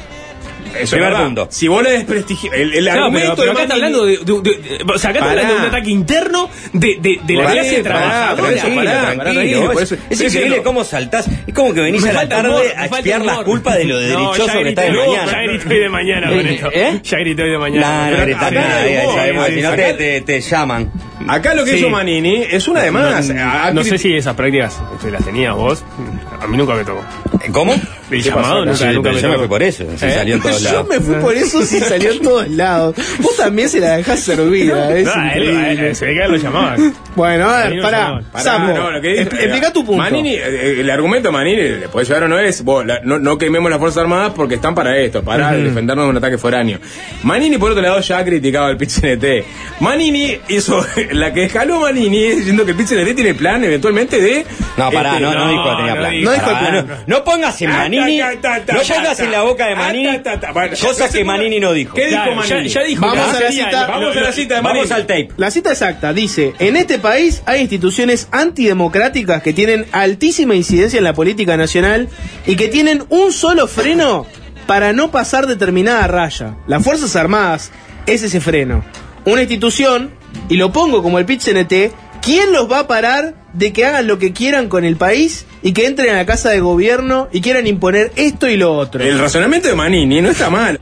Speaker 1: Eso
Speaker 6: primer
Speaker 1: es verdad.
Speaker 6: punto.
Speaker 1: Si vos le desprestigias. El, el
Speaker 8: Claro, pero,
Speaker 1: argumento
Speaker 8: pero
Speaker 1: de
Speaker 8: acá está
Speaker 1: Manini-
Speaker 8: hablando de, de- de- de- o sea, acá está
Speaker 1: Pará.
Speaker 8: hablando de un ataque interno de, de- de la
Speaker 1: Pará,
Speaker 8: clase
Speaker 1: pará,
Speaker 6: Ah,
Speaker 8: trabajadora.
Speaker 1: tranquilo, pará, pará, tranquilo,
Speaker 6: es-
Speaker 1: por eso-
Speaker 6: Es
Speaker 1: sí,
Speaker 6: increíble
Speaker 1: sí, no.
Speaker 6: cómo saltás. Es como que venís
Speaker 8: Me
Speaker 6: a la
Speaker 8: falta
Speaker 6: tarde
Speaker 8: humor, me
Speaker 6: a
Speaker 8: falta
Speaker 6: expiar las
Speaker 8: humor.
Speaker 6: culpas de lo
Speaker 8: No,
Speaker 6: derechoso
Speaker 8: ya
Speaker 6: que está de
Speaker 8: grité,
Speaker 6: mañana.
Speaker 8: Ya grité hoy de mañana con esto.
Speaker 6: ¿Eh?
Speaker 8: Ya grité hoy de
Speaker 6: Nah,
Speaker 8: mañana.
Speaker 6: no
Speaker 8: Pero
Speaker 6: gritás
Speaker 8: acá- ¿eh?
Speaker 6: nada, eh,
Speaker 8: acá-
Speaker 6: ya
Speaker 1: vos,
Speaker 6: sabemos,
Speaker 1: sí,
Speaker 6: si no
Speaker 1: sí,
Speaker 6: te,
Speaker 1: acá-
Speaker 6: te- te llaman.
Speaker 1: Acá lo que
Speaker 8: Sí.
Speaker 1: hizo Manini es una de más. Ah, Ha- ha
Speaker 8: No sé
Speaker 1: cri-
Speaker 8: si esas prácticas este, las tenías vos. A mí nunca me tocó.
Speaker 6: ¿Cómo?
Speaker 8: El
Speaker 6: ¿Qué
Speaker 8: llamado
Speaker 6: pasó?
Speaker 8: nunca-
Speaker 6: Sí,
Speaker 8: nunca
Speaker 6: pero
Speaker 8: me
Speaker 6: yo me
Speaker 8: tocó.
Speaker 6: fui por eso. Se
Speaker 8: ¿Eh?
Speaker 6: salió en todos
Speaker 5: Yo
Speaker 6: lados.
Speaker 5: me fui por eso si salió en todos lados. Vos también se la dejás servida. Es
Speaker 8: Nah, él-
Speaker 5: increíble.
Speaker 8: eh, se ve que a él lo llamaba.
Speaker 5: Bueno, a
Speaker 8: Ahí
Speaker 5: ver,
Speaker 8: no
Speaker 5: pará,
Speaker 8: llamaban.
Speaker 1: Ah, Pará,
Speaker 5: Sapo,
Speaker 1: no, lo que dice-
Speaker 5: expl- explica tu punto.
Speaker 1: Manini, eh, el argumento de Manini, le puede llevar o no es, vos, la- no, no quememos las Fuerzas Armadas porque están para esto, para defendernos de un ataque foráneo. Manini, por otro lado, ya ha criticado al PCNT. Manini hizo, la que escaló Manini es diciendo que el PCNT tiene plan eventualmente de...
Speaker 6: No, pará,
Speaker 1: este,
Speaker 6: no, no, dijo que tenía
Speaker 8: no
Speaker 6: plan.
Speaker 8: dijo
Speaker 5: que
Speaker 6: Pará,
Speaker 5: plan.
Speaker 6: no- No pongas en
Speaker 1: Ah,
Speaker 6: Manini,
Speaker 1: ta, ta, ta,
Speaker 6: no
Speaker 1: ta,
Speaker 6: pongas
Speaker 1: ta.
Speaker 6: en la boca de
Speaker 1: Ah,
Speaker 6: Manini
Speaker 1: ta, ta, ta. Bueno,
Speaker 6: cosas que
Speaker 1: segundo-
Speaker 6: Manini no dijo.
Speaker 1: ¿Qué dijo
Speaker 8: Claro, ya-
Speaker 1: Manini?
Speaker 8: ya dijo
Speaker 5: Vamos
Speaker 8: que
Speaker 5: a la
Speaker 8: sería-
Speaker 5: cita.
Speaker 8: Vamos a la cita de Manini.
Speaker 6: Vamos al tape.
Speaker 5: La cita exacta dice, en este país hay instituciones antidemocráticas que tienen altísima incidencia en la política nacional y que tienen un solo freno para no pasar determinada raya. Las Fuerzas Armadas es ese freno. Una institución, y lo pongo como el pitch NT, ¿quién los va a parar de que hagan lo que quieran con el país y que entren a la casa de gobierno y quieran imponer esto y lo otro?
Speaker 1: El razonamiento de Manini no está mal.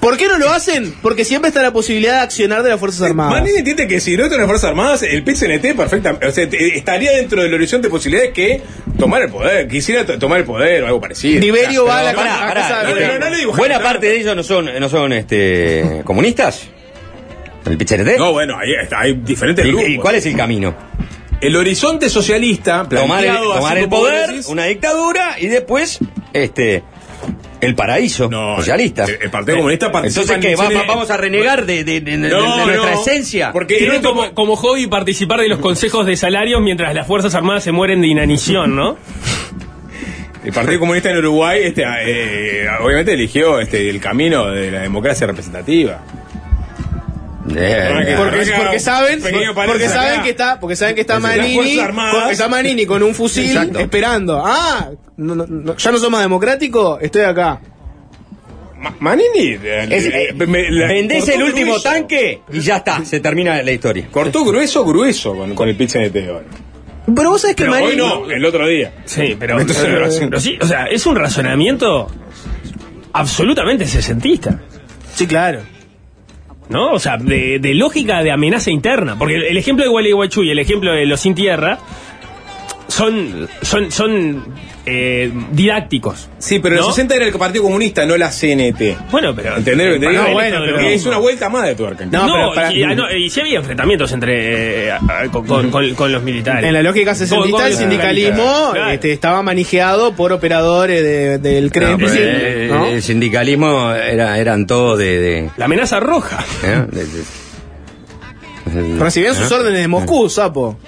Speaker 5: ¿Por qué no lo hacen? Porque siempre está la posibilidad de accionar de las Fuerzas Armadas.
Speaker 1: Manini entiende que si no están las Fuerzas Armadas, el PCNT perfectamente, o sea, te- estaría dentro del horizonte de posibilidades que tomar el poder, quisiera to- tomar el poder o algo parecido.
Speaker 5: Diverio va a la
Speaker 6: Pero pará,
Speaker 5: a
Speaker 6: pará,
Speaker 5: casa de
Speaker 6: este,
Speaker 1: no, no, no, no, dibujaste,
Speaker 6: Buena
Speaker 1: no.
Speaker 6: parte de ellos no son, no son este, comunistas. El PCNT.
Speaker 1: No, bueno, ahí está, hay diferentes grupos.
Speaker 6: ¿Y, y cuál es el camino?
Speaker 1: El horizonte socialista,
Speaker 6: Tomar el,
Speaker 1: planteado así
Speaker 6: tomar el
Speaker 1: como vos
Speaker 6: poder,
Speaker 1: decís,
Speaker 6: una dictadura y después este el paraíso
Speaker 1: No,
Speaker 6: socialista.
Speaker 1: el- el Partido Comunista participa
Speaker 6: Entonces, ¿qué?
Speaker 1: en
Speaker 6: Va- va-
Speaker 1: elecciones-
Speaker 6: vamos a renegar de, de- de- de-
Speaker 1: No,
Speaker 6: de nuestra
Speaker 1: no,
Speaker 6: esencia. Eh,
Speaker 1: Porque
Speaker 8: Tiene
Speaker 1: el otro-
Speaker 8: como, como hobby participar de los consejos de salarios mientras las Fuerzas Armadas se mueren de inanición, ¿no?
Speaker 1: el Partido Comunista en Uruguay, este, eh, obviamente eligió este, el camino de la democracia representativa.
Speaker 6: Eh,
Speaker 1: Porque-
Speaker 6: eh,
Speaker 5: Porque,
Speaker 1: Venga,
Speaker 5: porque saben,
Speaker 1: pequeño
Speaker 5: porque
Speaker 1: paréntesis
Speaker 5: saben
Speaker 1: acá.
Speaker 5: que está, porque saben que está
Speaker 1: Las
Speaker 5: Manini,
Speaker 1: Fuerzas Armadas.
Speaker 5: con, está Manini con un fusil
Speaker 6: Exacto.
Speaker 5: esperando. Ah, no, no, no, ya no soy más democrático, estoy acá.
Speaker 1: Ma- Manini. eh,
Speaker 6: es- eh,
Speaker 1: eh, me- la-
Speaker 6: vendés
Speaker 1: cortó
Speaker 6: el último
Speaker 1: grueso.
Speaker 6: tanque y ya está, se termina la historia.
Speaker 1: Cortó grueso, grueso con, con el PCNT hoy.
Speaker 5: Pero vos sabés que
Speaker 1: Pero
Speaker 5: Manini
Speaker 1: hoy no, el otro día. eh,
Speaker 8: Sí, pero,
Speaker 1: Entonces,
Speaker 8: pero-
Speaker 1: lo hacen.
Speaker 8: pero sí, o sea, es un razonamiento absolutamente sesentista.
Speaker 5: Sí, claro.
Speaker 8: ¿No? O sea, de, de lógica de amenaza interna. Porque el, el ejemplo de Gualeguaychú y el ejemplo de los sin tierra son, son, son eh, didácticos.
Speaker 1: Sí, pero en los 60 era el Partido Comunista, no la CNT.
Speaker 8: Bueno, pero.
Speaker 1: ¿Entendés lo que te
Speaker 8: No,
Speaker 1: digo?
Speaker 8: bueno, pero-
Speaker 1: Porque es una vuelta más de tuerca.
Speaker 8: No, y, ah, no, y sí había enfrentamientos entre eh, ah, con, con- con- con los militares.
Speaker 5: En la lógica
Speaker 8: Con- con
Speaker 5: sesentista, el
Speaker 8: los
Speaker 5: sindicalismo
Speaker 8: Claro.
Speaker 5: este, estaba manijeado por operadores de- del
Speaker 6: No,
Speaker 5: CREP.
Speaker 6: pero
Speaker 5: sí,
Speaker 6: el,
Speaker 1: pues,
Speaker 6: el-
Speaker 5: ¿no?
Speaker 6: Eh,
Speaker 1: eh,
Speaker 6: el sindicalismo era, eran todos de, de-
Speaker 8: La amenaza roja.
Speaker 6: ¿eh? De- de- de-
Speaker 5: Recibían
Speaker 6: ¿eh?
Speaker 5: sus órdenes de Moscú, sapo.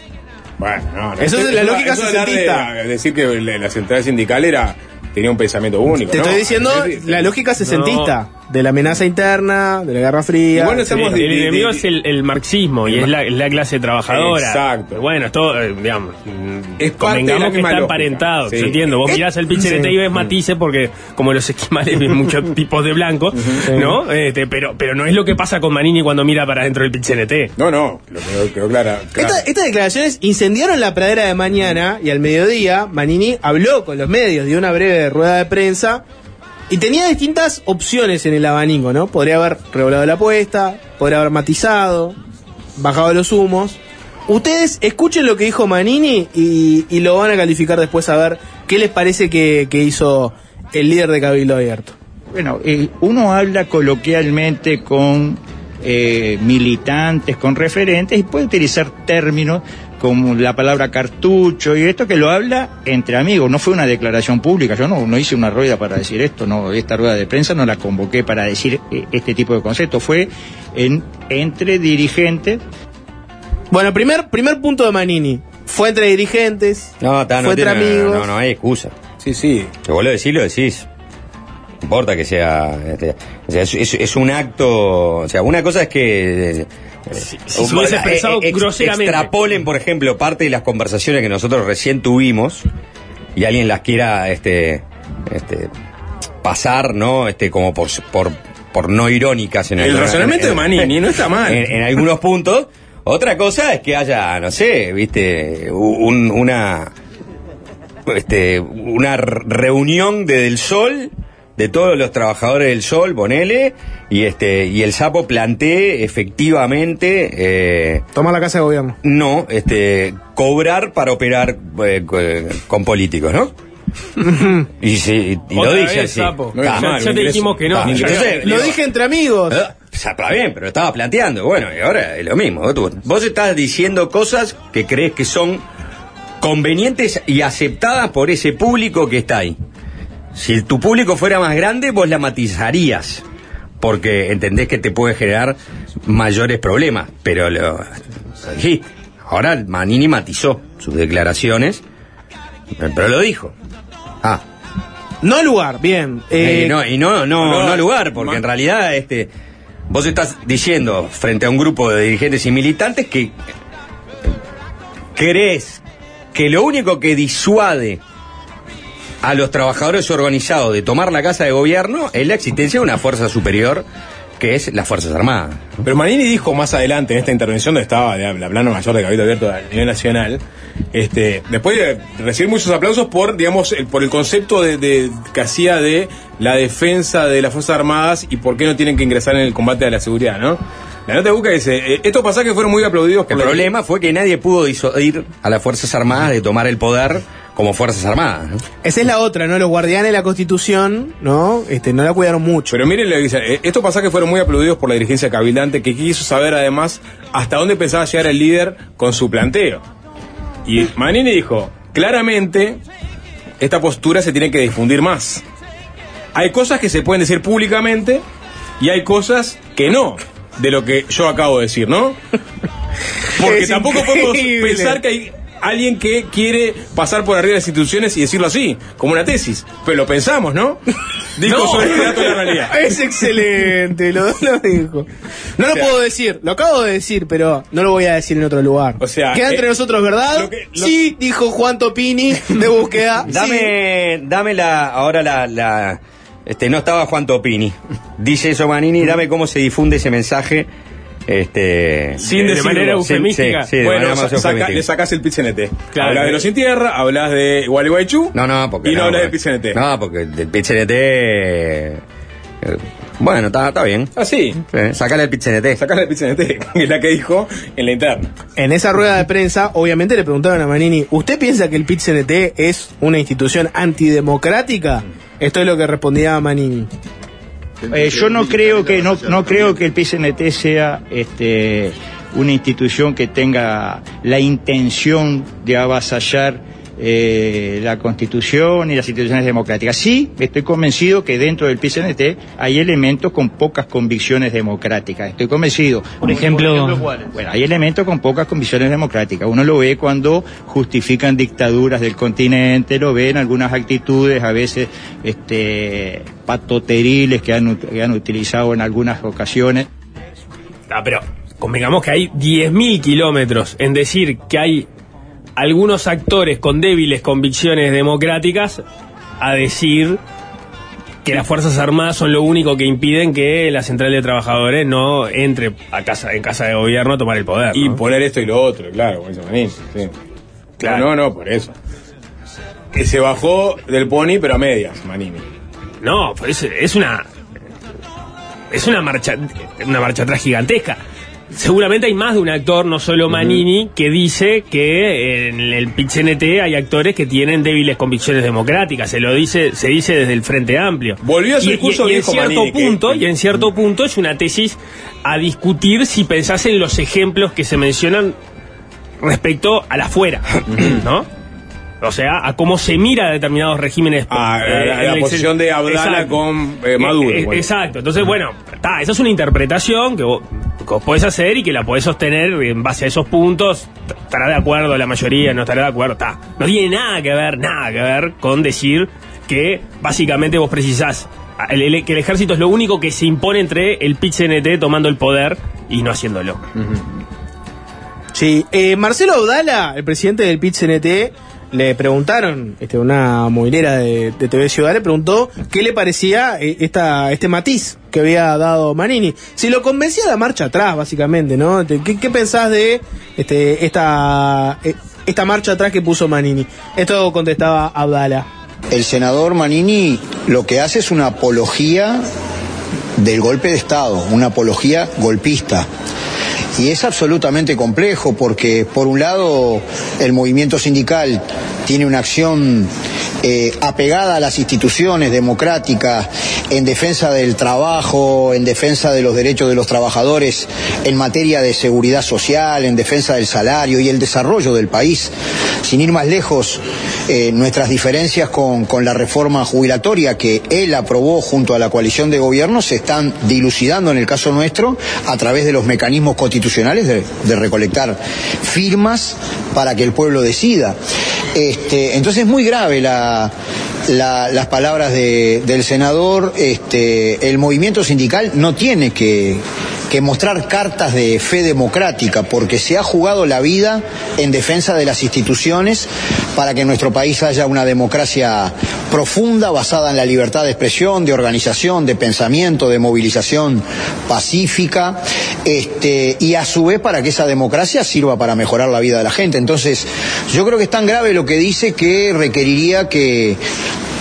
Speaker 1: Bueno, no, no.
Speaker 5: Eso es la
Speaker 1: Eso-
Speaker 5: lógica
Speaker 1: eso hablar de-
Speaker 5: sesentista.
Speaker 1: Decir que la, la central sindical era tenía un pensamiento único.
Speaker 5: Te
Speaker 1: ¿no? eh,
Speaker 5: estoy diciendo la lógica sesentista de la amenaza interna, de la Guerra Fría.
Speaker 1: Igual
Speaker 8: El,
Speaker 1: no estamos
Speaker 8: el
Speaker 1: de- de-
Speaker 8: enemigo
Speaker 1: de-
Speaker 8: es el, el marxismo y es la, es la clase trabajadora.
Speaker 1: Exacto.
Speaker 8: Bueno, esto, eh, digamos,
Speaker 1: Es parte de la
Speaker 8: convengamos que
Speaker 1: misma
Speaker 8: está
Speaker 1: lógica.
Speaker 8: emparentado.
Speaker 1: Sí.
Speaker 8: Yo entiendo. Vos
Speaker 1: Eh,
Speaker 8: mirás el pincelete
Speaker 1: sí.
Speaker 8: y ves matices porque, como los esquimales, ven muchos tipos de blanco, ¿no? Este, pero, pero no es lo que pasa con Manini cuando mira para dentro del pincelete.
Speaker 1: No, no, lo quedó, quedó clara. clara.
Speaker 5: Esta- estas declaraciones incendiaron la pradera de mañana y al mediodía Manini habló con los medios, dio una breve rueda de prensa y tenía distintas opciones en el abanico, ¿no? Podría haber revolado la apuesta, podría haber matizado, bajado los humos. Ustedes escuchen lo que dijo Manini y, y lo van a calificar después a ver qué les parece que, que hizo el líder de Cabildo Abierto.
Speaker 12: Bueno, eh, uno habla coloquialmente con eh, militantes, con referentes, y puede utilizar términos como la palabra cartucho y esto que lo habla entre amigos, no fue una declaración pública, yo no, no hice una rueda para decir esto, no, esta rueda de prensa no la convoqué para decir eh, este tipo de conceptos, fue en, entre dirigentes
Speaker 5: Bueno, primer, primer punto de Manini. Fue entre dirigentes,
Speaker 6: No, está, no,
Speaker 5: fue entre
Speaker 6: tiene-
Speaker 5: amigos.
Speaker 6: no, no hay excusa.
Speaker 1: Sí, sí.
Speaker 6: Que vos lo decís, lo decís. No importa que sea. este, o sea, es, es- es un acto. O sea, una cosa es que. eh,
Speaker 8: si se hubiese
Speaker 6: eh,
Speaker 8: expresado
Speaker 6: ex-
Speaker 8: groseramente.
Speaker 6: Extrapolen, por ejemplo, parte de las conversaciones que nosotros recién tuvimos y alguien las quiera este, este, pasar, ¿no? Este, como por, por, por no Eh. irónicas en
Speaker 1: El
Speaker 6: alguna-
Speaker 1: razonamiento
Speaker 6: en-
Speaker 1: de Manini no está mal.
Speaker 6: En, en algunos puntos. Otra cosa es que haya, no sé, viste, un- una este, una r- reunión de Del Sol, de todos los trabajadores del Sol, ponele, y este, y el sapo plantee efectivamente eh,
Speaker 5: Toma la casa de gobierno.
Speaker 6: no, este, cobrar para operar eh, co- eh, con políticos, ¿no? y sí, y lo
Speaker 8: Otra
Speaker 6: dice
Speaker 8: vez,
Speaker 6: así.
Speaker 8: sapo.
Speaker 6: Está
Speaker 8: Ya-
Speaker 6: mal,
Speaker 8: ya
Speaker 6: un
Speaker 8: te
Speaker 6: ingreso.
Speaker 8: dijimos que no.
Speaker 6: Está,
Speaker 8: Ya-
Speaker 6: entonces,
Speaker 5: Lo
Speaker 6: digo,
Speaker 5: dije entre amigos.
Speaker 6: Ah, o sea, Está bien, pero estaba planteando. Bueno, y ahora es lo mismo. Vos- tú- Vos estás diciendo cosas que crees que son convenientes y aceptadas por ese público que está ahí. Si tu público fuera más grande, vos la matizarías. Porque entendés que te puede generar mayores problemas. Pero lo, lo dijiste. Ahora Manini matizó sus declaraciones, pero lo dijo. Ah,
Speaker 5: No lugar, bien. Eh,
Speaker 6: eh, no, y no, no,
Speaker 5: no,
Speaker 6: no lugar, porque en realidad este, vos estás diciendo frente a un grupo de dirigentes y militantes que crees que lo único que disuade a los trabajadores organizados de tomar la casa de gobierno es la existencia de una fuerza superior que es las Fuerzas Armadas.
Speaker 1: Pero Manini dijo más adelante en esta intervención donde estaba de la plana mayor de Cabildo Abierto a nivel nacional, este, después de recibir muchos aplausos por, digamos, el, por el concepto de, de- que hacía de la defensa de las Fuerzas Armadas y por qué no tienen que ingresar en el combate a la seguridad, ¿no? La nota busca dice, eh, estos pasajes fueron muy aplaudidos por
Speaker 6: El
Speaker 1: la-
Speaker 6: problema fue que nadie pudo disuadir a las Fuerzas Armadas de tomar el poder como Fuerzas Armadas. ¿no?
Speaker 5: Esa es la otra, ¿no? Los guardianes de la Constitución, ¿no? Este, no la cuidaron mucho.
Speaker 1: Pero miren, lo que dice, eh, estos pasajes fueron muy aplaudidos por la dirigencia cabildante que quiso saber además hasta dónde pensaba llegar el líder con su planteo. Y Manini dijo, claramente esta postura se tiene que difundir más. Hay cosas que se pueden decir públicamente y hay cosas que no, de lo que yo acabo de decir, ¿no? Porque
Speaker 5: Es
Speaker 1: tampoco
Speaker 5: increíble.
Speaker 1: podemos pensar que hay alguien que quiere pasar por arriba de las instituciones y decirlo así, como una tesis. Pero lo pensamos, ¿no? Dijo
Speaker 5: No.
Speaker 1: sobre este dato de la realidad.
Speaker 5: Es excelente, lo, lo dijo. No lo
Speaker 1: O sea-
Speaker 5: puedo decir, lo acabo de decir, pero no lo voy a decir en otro lugar.
Speaker 1: O sea,
Speaker 5: Queda
Speaker 1: eh,
Speaker 5: entre nosotros, ¿verdad?
Speaker 1: lo que- lo-
Speaker 5: Sí, dijo Juan Topini de búsqueda. Sí.
Speaker 6: Dame, dame la, ahora la, la- este, no estaba Juan Topini. Dice eso Manini,
Speaker 8: Mm.
Speaker 6: dame cómo se difunde ese mensaje, este,
Speaker 8: Sin de
Speaker 1: decirlo.
Speaker 8: manera
Speaker 6: Sí,
Speaker 8: eufemística.
Speaker 6: sí, sí, de
Speaker 1: bueno,
Speaker 6: manera más
Speaker 1: sa- saca-
Speaker 6: eufemística.
Speaker 1: le sacás el PCNT.
Speaker 8: Claro.
Speaker 1: hablas de los sin tierra, hablas de Gualeguaychú.
Speaker 6: No, no, porque
Speaker 1: Y no hablas
Speaker 6: porque-
Speaker 1: de PCNT.
Speaker 6: No, porque el PCNT eh, Bueno, está, está bien.
Speaker 1: Ah, sí.
Speaker 6: Sacale el pichenete.
Speaker 1: Sacale el pichenete, que es la que dijo en la interna.
Speaker 5: En esa rueda de prensa, obviamente le preguntaron a Manini, ¿usted piensa que el pit CNT es una institución antidemocrática? Esto es lo que respondía Manini.
Speaker 12: Eh, yo no creo que no, no creo que el PCNT sea este, una institución que tenga la intención de avasallar eh, la Constitución y las instituciones democráticas. Sí, estoy convencido que dentro del PCNT hay elementos con pocas convicciones democráticas. Estoy convencido. Por
Speaker 13: ejemplo-
Speaker 12: bueno, hay elementos con pocas convicciones democráticas. Uno lo ve cuando justifican dictaduras del continente, lo ve en algunas actitudes, a veces este, patoteriles que han, ut- que han utilizado en algunas ocasiones.
Speaker 8: Ah, pero convengamos que hay 10.000 kilómetros en decir que hay algunos actores con débiles convicciones democráticas a decir que las Fuerzas Armadas son lo único que impiden que la Central de Trabajadores no entre a casa, en casa de gobierno a tomar el poder.
Speaker 1: Y poner esto y lo otro, claro, como dice Manín. Sí. Claro. No, no, por eso. Que se bajó del pony, pero a medias, Manini.
Speaker 8: No, pues es, es una. Es una marcha. Una marcha atrás gigantesca. Seguramente hay más de un actor, no solo Manini, que dice que en el PCNT hay actores que tienen débiles convicciones democráticas. Se lo dice, se dice desde el Frente Amplio.
Speaker 1: Volvió a su
Speaker 8: Y- y-
Speaker 1: discurso
Speaker 8: y, en
Speaker 1: viejo
Speaker 8: cierto
Speaker 1: Manini, que-
Speaker 8: punto, y en cierto punto es una tesis a discutir si pensás en los ejemplos que se mencionan respecto al afuera, ¿no? O sea, a cómo se mira a determinados regímenes.
Speaker 1: A, a-
Speaker 8: eh,
Speaker 1: a
Speaker 8: en
Speaker 1: la
Speaker 8: el
Speaker 1: posición
Speaker 8: exterior.
Speaker 1: de Abdala
Speaker 8: Exacto.
Speaker 1: con eh,
Speaker 8: Eh,
Speaker 1: Maduro.
Speaker 8: eh,
Speaker 1: bueno.
Speaker 8: Exacto. Entonces, bueno, ta, esa es una interpretación que vos, que vos podés hacer y que la podés sostener en base a esos puntos. T- Estará de acuerdo la mayoría, no estará de acuerdo. ta. No tiene nada que ver, nada que ver con decir que básicamente vos precisás a- el- el- que el ejército es lo único que se impone entre el PIT-CNT tomando el poder y no haciéndolo.
Speaker 5: Sí, eh, Marcelo Abdala, el presidente del PIT CNT, le preguntaron, este, una movilera de, de TV Ciudad le preguntó qué le parecía eh, esta, este matiz que había dado Manini. Si lo convencía la marcha atrás, básicamente, ¿no? Este, ¿Qué, qué pensás de este, esta, eh, esta marcha atrás que puso Manini? Esto contestaba Abdala.
Speaker 14: El senador Manini lo que hace es una apología del golpe de Estado, una apología golpista. Y es absolutamente complejo porque, por un lado, el movimiento sindical tiene una acción eh, apegada a las instituciones democráticas en defensa del trabajo, en defensa de los derechos de los trabajadores, en materia de seguridad social, en defensa del salario y el desarrollo del país. Sin ir más lejos, eh, nuestras diferencias con, con la reforma jubilatoria que él aprobó junto a la coalición de gobierno se están dilucidando en el caso nuestro a través de los mecanismos constitucionales de, de recolectar firmas para que el pueblo decida. Este, entonces es muy grave la- la- las palabras de- del senador. Este, el movimiento sindical no tiene que, que mostrar cartas de fe democrática, porque se ha jugado la vida en defensa de las instituciones para que en nuestro país haya una democracia profunda basada en la libertad de expresión, de organización, de pensamiento, de movilización pacífica, este, y a su vez para que esa democracia sirva para mejorar la vida de la gente. Entonces, yo creo que es tan grave lo que dice que requeriría que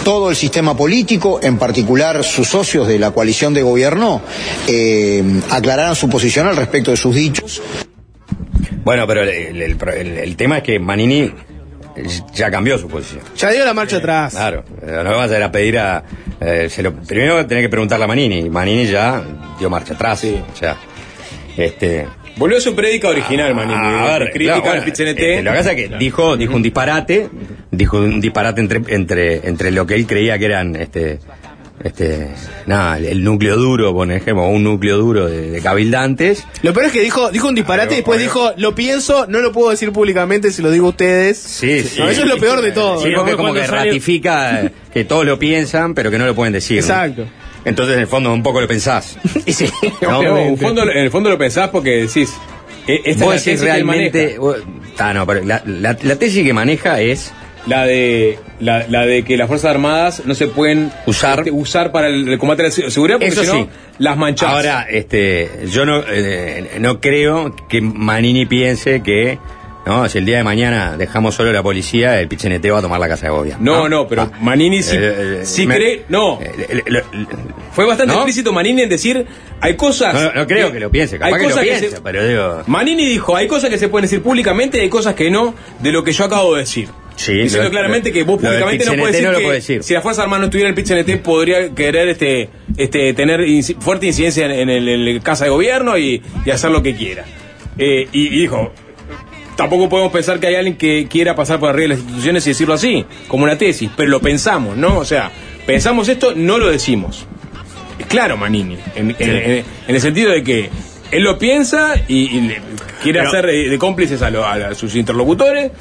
Speaker 14: todo el sistema político, en particular sus socios de la coalición de gobierno, eh, aclararan su posición al respecto de sus dichos.
Speaker 6: Bueno, pero el, el- el pro- el- el tema es que Manini eh, ya cambió su posición.
Speaker 5: Ya dio la marcha atrás.
Speaker 6: Claro, eh, no vas a ir a pedir a. eh, se lo- primero tenés que preguntarle a Manini. y Manini ya dio marcha atrás. Ya. Este.
Speaker 1: Volvió a su prédica original, Manini.
Speaker 6: A ver,
Speaker 1: crítica
Speaker 6: claro,
Speaker 1: al E
Speaker 6: bueno,
Speaker 1: PCNT.
Speaker 8: eh,
Speaker 6: este, lo que pasa es que
Speaker 1: Claro.
Speaker 6: dijo, dijo un disparate, dijo un disparate entre, entre, entre lo que él creía que eran este, este, nada, el, el núcleo duro, por ejemplo, un núcleo duro de, de cabildantes.
Speaker 5: Lo peor es que dijo, dijo un disparate y después dijo, lo pienso, no lo puedo decir públicamente, se lo digo a ustedes.
Speaker 6: Sí, sí.
Speaker 5: No, eso es lo peor de todo.
Speaker 6: Sí,
Speaker 5: ¿no?
Speaker 6: porque como que ratifica eh, que todos lo piensan, pero que no lo pueden decir. ¿no?
Speaker 5: Exacto.
Speaker 6: Entonces, en el fondo, un poco lo pensás.
Speaker 5: sí,
Speaker 6: No,
Speaker 1: Pero en, el
Speaker 6: obviamente.
Speaker 1: fondo, en el fondo lo pensás porque decís. eh, Esta
Speaker 6: Vos
Speaker 1: es
Speaker 6: decís
Speaker 1: la tesis que él maneja.
Speaker 6: realmente. vos- Ah, no, pero la, la- la tesis que maneja es.
Speaker 1: La de, la, la de que las Fuerzas Armadas no se pueden usar, usar para el, el combate a la se- seguridad porque
Speaker 6: Eso
Speaker 1: si no,
Speaker 6: sí.
Speaker 1: las manchás.
Speaker 6: Ahora, este, yo no, eh, no creo que Manini piense que No, si el día de mañana dejamos solo la policía, el picheneteo va a tomar la casa de Bobia.
Speaker 1: No, no, pero Manini sí,
Speaker 6: ah, Eh, eh,
Speaker 1: sí
Speaker 6: me- eh,
Speaker 1: cree. No. Fue bastante explícito Manini en decir: hay cosas.
Speaker 6: No, no creo que lo piense, capaz que
Speaker 1: hay
Speaker 6: lo
Speaker 1: cosas que
Speaker 6: piense,
Speaker 1: se-
Speaker 6: pero digo.
Speaker 1: Manini dijo: hay cosas que se pueden decir públicamente y hay cosas que no, de lo que yo acabo de decir.
Speaker 6: Sí,
Speaker 1: Diciendo
Speaker 6: lo-
Speaker 1: claramente
Speaker 6: lo-
Speaker 1: que vos
Speaker 6: lo del
Speaker 1: públicamente no
Speaker 6: PCNT
Speaker 1: puedes decir,
Speaker 6: no lo
Speaker 1: que
Speaker 6: puedo decir.
Speaker 1: si la Fuerza Armada no estuviera en el PCNT podría querer este, este, tener inci- fuerte incidencia en, en el, en el casa de gobierno y, y hacer lo que quiera. Eh, y, y dijo, tampoco podemos pensar que hay alguien que quiera pasar por arriba de las instituciones y decirlo así, como una tesis, pero lo pensamos, ¿no? O sea, pensamos esto, no lo decimos. Es claro, Manini, en, en- en- en el sentido de que él lo piensa y, y le- quiere
Speaker 8: Pero-
Speaker 1: hacer eh, de cómplices a, lo- a la- a sus interlocutores,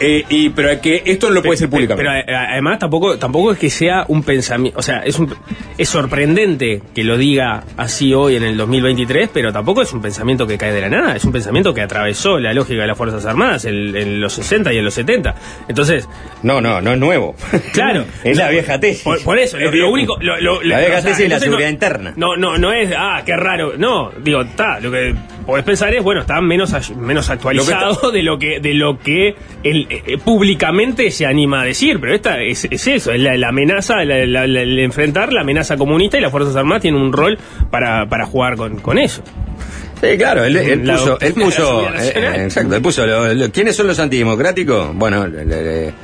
Speaker 1: eh, y, pero es que esto no lo puede ser públicamente.
Speaker 8: Pero eh, además tampoco, tampoco es que sea un pensamiento, o sea, es, un- es sorprendente que lo diga así hoy en el 2023, pero tampoco es un pensamiento que cae de la nada, es un pensamiento que atravesó la lógica de las Fuerzas Armadas en, en los 60 y en los 70. Entonces...
Speaker 6: No, no, no es nuevo.
Speaker 8: Claro.
Speaker 6: Es la vieja tesis.
Speaker 8: Por, por eso,
Speaker 6: Es
Speaker 8: lo, lo
Speaker 6: vieja.
Speaker 8: único... Lo, lo-
Speaker 6: La vieja tesis de la
Speaker 8: entonces
Speaker 6: seguridad interna.
Speaker 8: No, no, no es, ah, qué raro. No, digo, está, lo que podés pensar es, bueno, está menos, ay- menos actualizado de lo que, de lo que el, eh, eh, públicamente se anima a decir, pero esta es, es eso, es la, la amenaza, la- la- la- el enfrentar la amenaza comunista y las Fuerzas Armadas tienen un rol para, para jugar con, con eso.
Speaker 6: Sí, claro, él, él
Speaker 8: La
Speaker 6: puso,
Speaker 8: doctrina
Speaker 6: él
Speaker 8: de la
Speaker 6: puso,
Speaker 8: seguridad nacional.
Speaker 6: eh, exacto, él puso, lo- lo- ¿quiénes son los antidemocráticos? Bueno, le- le- le-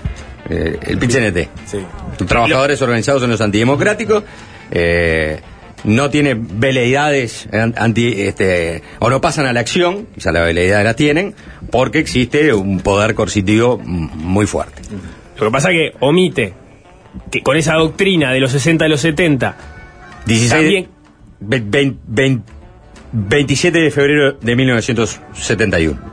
Speaker 6: eh, el PCNT.
Speaker 1: Sí.
Speaker 6: Los Trabajadores organizados son los antidemocráticos, eh, no tiene veleidades an- anti, este, o no pasan a la acción, o sea, la veleidad la tienen, porque existe un poder coercitivo m- muy fuerte.
Speaker 8: Lo que pasa que omite que con esa doctrina de los 60 y los 70,
Speaker 6: 16
Speaker 8: También-
Speaker 6: ve- vein- vein- 27 de febrero de 1971.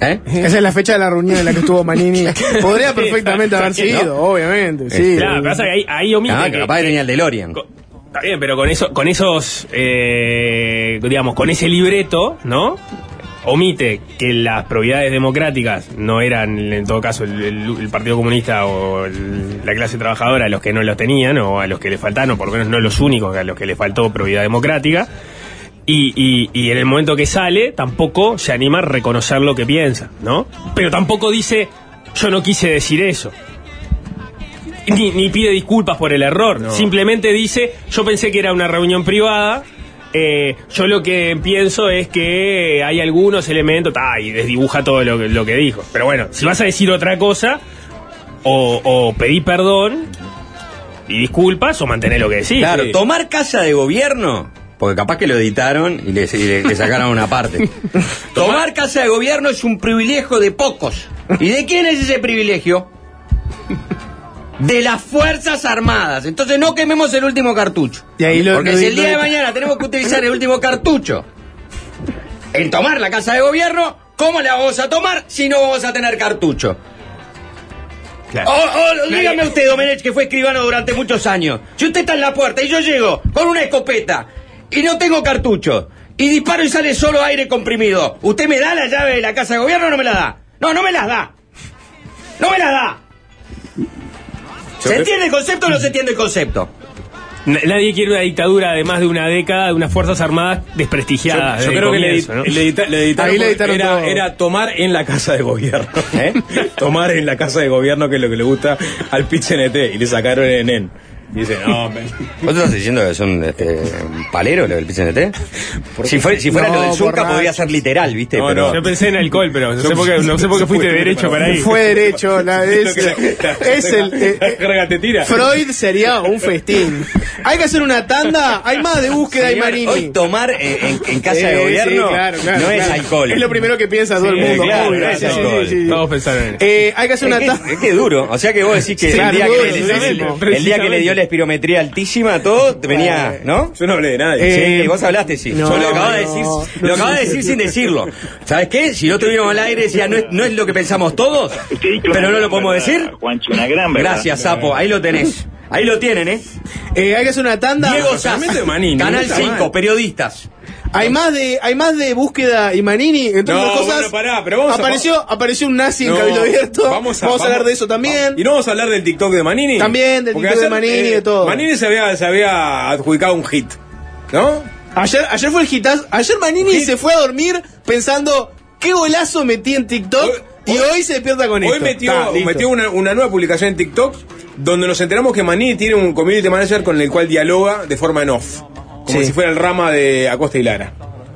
Speaker 6: ¿Eh?
Speaker 5: Esa es la fecha de la reunión en la que estuvo Manini. Podría perfectamente haber
Speaker 8: Sí, ¿no?
Speaker 5: sido, obviamente.
Speaker 6: Este,
Speaker 5: Sí.
Speaker 8: Claro, lo que pasa es que ahí, ahí omite
Speaker 6: Ah,
Speaker 8: que-
Speaker 6: capaz
Speaker 8: que-
Speaker 6: tenía el DeLorean.
Speaker 8: Está bien, pero con eso, con esos, eh, digamos, con ese libreto, ¿no? Omite que las probidades democráticas no eran, en todo caso, el, el- el Partido Comunista o el- la clase trabajadora los que no los tenían o a los que le faltaron, o por lo menos no los únicos a los que le faltó probidad democrática. Y, y- y en el momento que sale, tampoco se anima a reconocer lo que piensa, ¿no? Pero tampoco dice, yo no quise decir eso. Ni, ni pide disculpas por el error. Simplemente dice, yo pensé que era una reunión privada. eh, yo lo que pienso es que hay algunos elementos, ta, y desdibuja todo lo, que- lo que dijo. Pero bueno, si vas a decir otra cosa, o, o pedí perdón y disculpas, o mantener lo que decís. eh,
Speaker 6: claro,
Speaker 8: Sí.
Speaker 6: tomar casa de gobierno, porque capaz que lo editaron y le, y le- le sacaron una parte. tomar casa de gobierno es un privilegio de pocos. ¿Y de quién es ese privilegio? De las Fuerzas Armadas. Entonces no quememos el último cartucho.
Speaker 5: Y ahí lo-
Speaker 6: porque
Speaker 5: lo-
Speaker 6: si el
Speaker 5: lo-
Speaker 6: día de mañana tenemos que utilizar el último cartucho en tomar la casa de gobierno, ¿cómo la vamos a tomar si no vamos a tener cartucho?
Speaker 8: Claro.
Speaker 6: O- o Oh, dígame usted, Domenech, que fue escribano durante muchos años. Si usted está en la puerta y yo llego con una escopeta y no tengo cartucho y disparo y sale solo aire comprimido, ¿usted me da la llave de la casa de gobierno o no me la da? No, no me las da. No me las da. ¿Se entiende el concepto o no se entiende el concepto?
Speaker 8: Na- Nadie quiere una dictadura de más de una década de unas Fuerzas Armadas desprestigiadas.
Speaker 1: Yo
Speaker 8: desde
Speaker 1: creo
Speaker 8: el
Speaker 1: que le,
Speaker 8: comienzo, ¿no?
Speaker 1: edit- le edita- le editaron por- era, era tomar en la casa de gobierno. ¿eh? tomar en la casa de gobierno, que es lo que le gusta al PCNT. Y le sacaron en en. Dice, no, me-
Speaker 6: ¿Vos estás diciendo que son este, paleros los del PCNT? Si, fue- si fuera
Speaker 8: No,
Speaker 6: lo del Zunca
Speaker 8: borracho.
Speaker 6: podía ser literal, ¿viste?
Speaker 8: No, no. Yo pensé en alcohol, pero no sé por qué- no sé por qué fuiste derecho para
Speaker 6: Este,
Speaker 8: ahí.
Speaker 5: Fue derecho, la
Speaker 1: Lo
Speaker 5: es,
Speaker 1: que la- la-
Speaker 5: es el eh,
Speaker 1: la carga te tira.
Speaker 5: Freud sería un festín. Hay que hacer una tanda, hay más de búsqueda y
Speaker 6: Señor,
Speaker 5: Marini.
Speaker 6: hoy tomar en, en- en casa
Speaker 5: Sí,
Speaker 6: de gobierno
Speaker 5: sí, claro, claro,
Speaker 6: no es
Speaker 5: claro.
Speaker 6: alcohol.
Speaker 5: Es lo primero que piensa todo el mundo. Uy, gracias, sí, sí, sí.
Speaker 8: Todos pensaron en eso.
Speaker 5: Eh, hay que hacer una
Speaker 6: Es
Speaker 5: tanda.
Speaker 6: que, es que duro. O sea que vos decís que,
Speaker 5: Sí,
Speaker 6: el, día
Speaker 5: duro,
Speaker 6: que le-
Speaker 5: precisamente,
Speaker 6: el- el día que le dio la espirometría altísima a todo, te venía, ¿no?
Speaker 1: Yo no hablé de
Speaker 6: Sí,
Speaker 1: nadie.
Speaker 6: vos hablaste, sí.
Speaker 1: no,
Speaker 6: Yo lo acababa de
Speaker 1: no,
Speaker 6: decir,
Speaker 1: no,
Speaker 6: lo acababa de
Speaker 1: sí,
Speaker 6: decir
Speaker 1: sí.
Speaker 6: sin decirlo. ¿Sabes qué? Si no tuviéramos al aire, decía, no es, no es lo que pensamos todos, pero no lo podemos decir.
Speaker 5: una gran verdad.
Speaker 6: Gracias, sapo. Ahí lo tenés. Ahí lo tienen, ¿eh?
Speaker 5: Eh, hay que hacer una tanda.
Speaker 6: Diego Sass, Canal 5, periodistas.
Speaker 5: Hay más de, hay más de búsqueda y Manini, entre
Speaker 1: No,
Speaker 5: otras cosas.
Speaker 1: bueno, pará, pero vamos a-
Speaker 5: apareció, apareció un nazi en
Speaker 1: No,
Speaker 5: Cabildo Abierto. Vamos a, hablar de eso también.
Speaker 1: Y no vamos a hablar del TikTok de Manini.
Speaker 5: También, del
Speaker 1: Porque
Speaker 5: TikTok de
Speaker 1: ayer, eh,
Speaker 5: Manini, de todo.
Speaker 1: Manini se había, se había adjudicado un hit. ¿No?
Speaker 5: Ayer, ayer fue el hitazo. Ayer Manini se fue a dormir pensando, ¿Qué golazo metí en TikTok? y hoy se despierta con
Speaker 1: Hoy
Speaker 5: esto.
Speaker 1: metió,
Speaker 5: Ta, listo.
Speaker 1: metió una, una nueva publicación en TikTok donde nos enteramos que Maní tiene un community manager con el cual dialoga de forma en off. Como si fuera el rama de Acosta y Lara.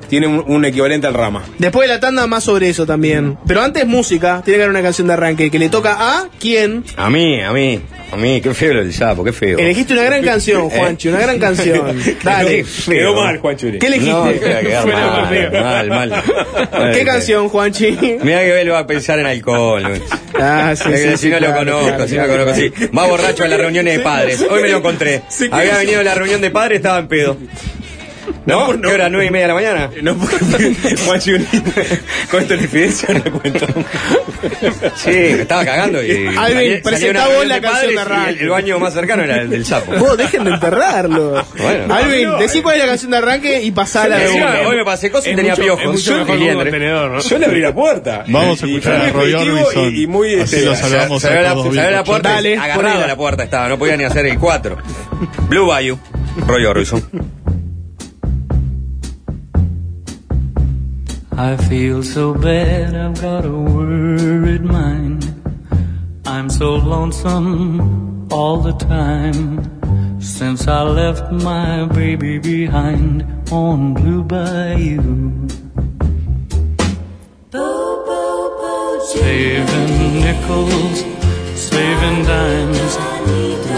Speaker 1: Tiene un, un equivalente al rama.
Speaker 5: Después de la tanda, más sobre eso también. Pero antes, música. Tiene que haber una canción de arranque que le toca a quién.
Speaker 6: A mí, a mí, a mí, qué feo lo del sapo, qué feo.
Speaker 5: Elegiste una gran canción,
Speaker 6: Eh.
Speaker 5: Juanchi, una gran canción. Dale.
Speaker 6: Qué feo.
Speaker 5: ¿Qué elegiste?
Speaker 6: No, queda quedar mal, mal, mal.
Speaker 5: ¿Qué canción, Juanchi?
Speaker 6: Mira que Bel va a pensar en alcohol.
Speaker 5: Ah, sí,
Speaker 6: Mira que
Speaker 5: sí,
Speaker 6: si
Speaker 5: sí,
Speaker 6: no
Speaker 5: claro,
Speaker 6: lo conozco,
Speaker 5: claro,
Speaker 6: si no lo
Speaker 5: claro.
Speaker 6: conozco, sí. Va borracho a las reuniones de padres. Hoy me lo encontré.
Speaker 5: Sí, que-
Speaker 6: Había venido a la reunión de padres, estaba en pedo. ¿No? ¿Qué hora? ¿Nueve y media de la mañana?
Speaker 1: No, pues, Juanchi, cuento la infidencia, no cuento.
Speaker 6: Sí, me estaba cagando y.
Speaker 1: Ahí
Speaker 6: salí-
Speaker 1: ven,
Speaker 6: salí una
Speaker 1: presentá vos
Speaker 6: reunión
Speaker 1: la
Speaker 6: de
Speaker 1: canción de
Speaker 6: padres y
Speaker 1: arranque.
Speaker 6: El, el baño más cercano era el del sapo.
Speaker 5: Vos, dejen de enterrarlo.
Speaker 6: Bueno.
Speaker 5: Alvin, decí cuál es la canción de arranque y pasala de
Speaker 6: Encima,
Speaker 5: una.
Speaker 6: hoy me pasé cosas y
Speaker 1: Es
Speaker 6: tenía
Speaker 1: mucho-
Speaker 6: piojos.
Speaker 1: es mucho
Speaker 6: Yo
Speaker 1: mejor
Speaker 6: quería
Speaker 1: que un
Speaker 6: entrar.
Speaker 1: contenedor, ¿no? Yo le abrí la puerta.
Speaker 10: Vamos a escuchar a Roy Orbison.
Speaker 6: y, y muy
Speaker 10: Así
Speaker 6: este,
Speaker 10: lo
Speaker 6: sa-
Speaker 10: salvamos
Speaker 6: salió
Speaker 10: a
Speaker 6: la-
Speaker 10: todos
Speaker 6: salió
Speaker 10: bien
Speaker 6: la puerta
Speaker 10: escuchados.
Speaker 6: y
Speaker 10: Dale,
Speaker 6: agarrado
Speaker 10: ponela.
Speaker 6: a la puerta estaba, no podía ni hacer el 4. Blue Bayou, Roy Orbison.
Speaker 13: I feel so bad, I've got a worried mind. I'm so lonesome all the time since I left my baby behind on Blue Bayou. Saving nickels, saving dimes,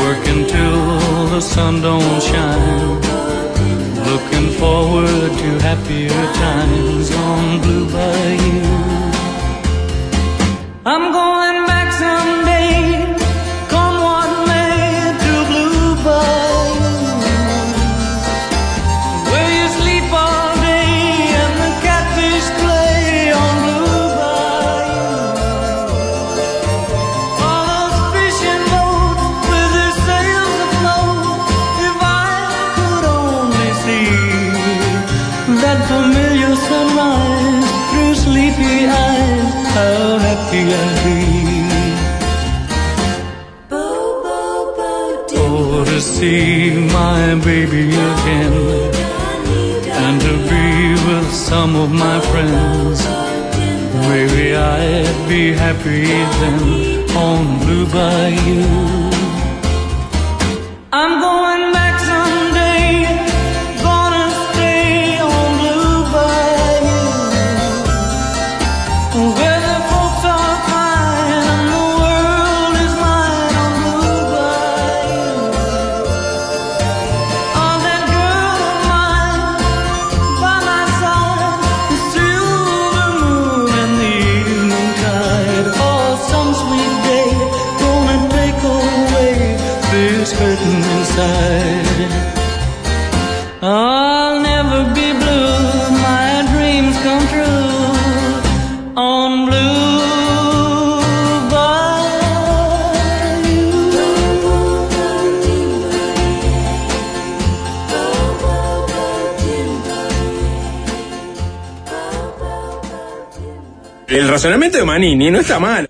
Speaker 13: working till the sun don't shine. Looking forward to happier times on Blue Bayou. I'm going back someday. Come what may to Blue Bayou. Where you sleep all day and the catfish play on Blue Bayou. All those fishing boats with their sails afloat. If I could only see that familiar sunrise through sleepy eyes. How happy I'd be. Oh, to see my baby again and to be with some of my friends. Maybe I'd be happy then on Blue Bayou. I'm going back someday. Gonna stay on Blue Bayou. Where the folks are fine and the world is mine on Blue Bayou. All that girl of mine by my side, the silver moon and the evening tide. Oh, some sweet day, gonna take away this curtain inside. I'll never be blue, my dreams come true on blue. Bayou.
Speaker 1: El razonamiento de Manini no está mal.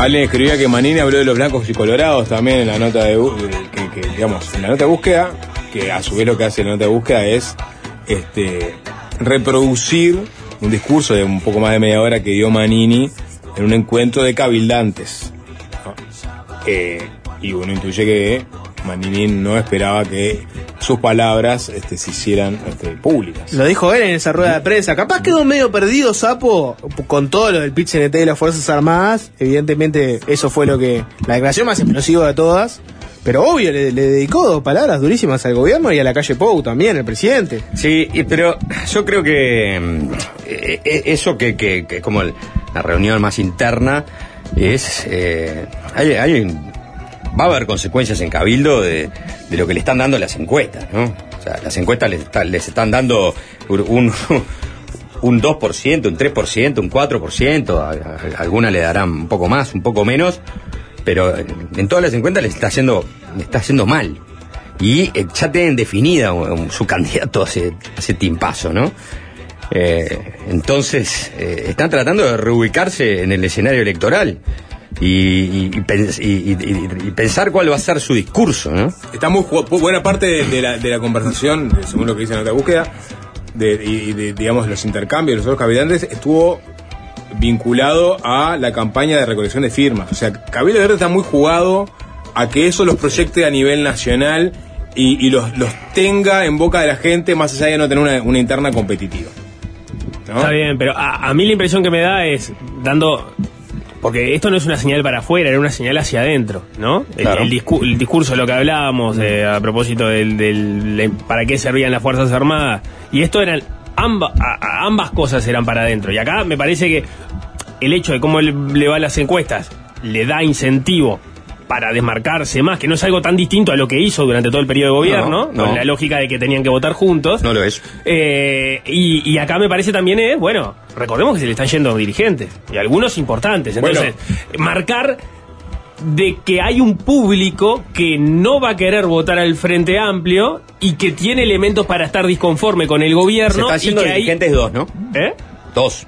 Speaker 1: Alguien escribía que Manini habló de los blancos y colorados también en la nota de, bu- de- que, que, digamos, en la nota de búsqueda, que a su vez lo que hace la nota de búsqueda es este reproducir un discurso de un poco más de media hora que dio Manini en un encuentro de cabildantes. ¿no? Eh, y uno intuye que Manini no esperaba que sus palabras este, se hicieran este, públicas.
Speaker 5: Lo dijo él en esa rueda de prensa. Capaz quedó medio perdido, sapo, con todo lo del pitch NT de las Fuerzas Armadas. Evidentemente, eso fue lo que. La declaración más explosiva de todas. Pero obvio, le, le dedicó dos palabras durísimas al gobierno y a la calle Pou también, el presidente.
Speaker 6: Sí, y- pero yo creo que mm, eh, eh, eso que, que- que es como el- la reunión más interna es. eh, hay, hay un- va a haber consecuencias en Cabildo de, de lo que le están dando las encuestas, ¿no? O sea, las encuestas les, está- les están dando un, un- un 2%, un 3%, un 4%, a- a- algunas le darán un poco más, un poco menos, pero en, en todas las encuestas les está haciendo, le está haciendo mal. Y eh, ya tienen definida um, su candidato hace, hace timpazo, ¿no? Eh, entonces, eh, están tratando de reubicarse en el escenario electoral y, y- y pens- y- y- y pensar cuál va a ser su discurso, ¿no?
Speaker 1: Está muy ju- bu- buena parte de, de la, de la conversación, de- según lo que dice en otra búsqueda, de, y, y de, digamos, los intercambios de los otros cabildantes, estuvo vinculado a la campaña de recolección de firmas. O sea, Cabildo Verde está muy jugado a que eso los proyecte a nivel nacional y, y los, los tenga en boca de la gente, más allá de no tener una, una interna competitiva.
Speaker 8: Está bien, pero a, a mí la impresión que me da es dando. Porque esto no es una señal para afuera, era una señal hacia adentro, ¿no? Eh, El-
Speaker 6: Claro.
Speaker 8: El, discu- el discurso de lo que hablábamos eh, a propósito del, del- de para qué servían las Fuerzas Armadas. Y esto eran. Amba, a- a- ambas cosas eran para adentro. Y acá me parece que el hecho de cómo le, le va a las encuestas le da incentivo para desmarcarse más, que no es algo tan distinto a lo que hizo durante todo el periodo de gobierno,
Speaker 6: No, no.
Speaker 8: con la lógica de que tenían que votar juntos.
Speaker 6: No lo es.
Speaker 8: Eh, y, y acá me parece también es, bueno, recordemos que se le están yendo dirigentes, y algunos importantes. Entonces, marcar de que hay un público que no va a querer votar al Frente Amplio y que tiene elementos para estar disconforme con el
Speaker 6: Se
Speaker 8: gobierno.
Speaker 6: están haciendo
Speaker 8: y que hay-
Speaker 6: dirigentes dos, ¿no?
Speaker 8: ¿Eh?
Speaker 6: Dos.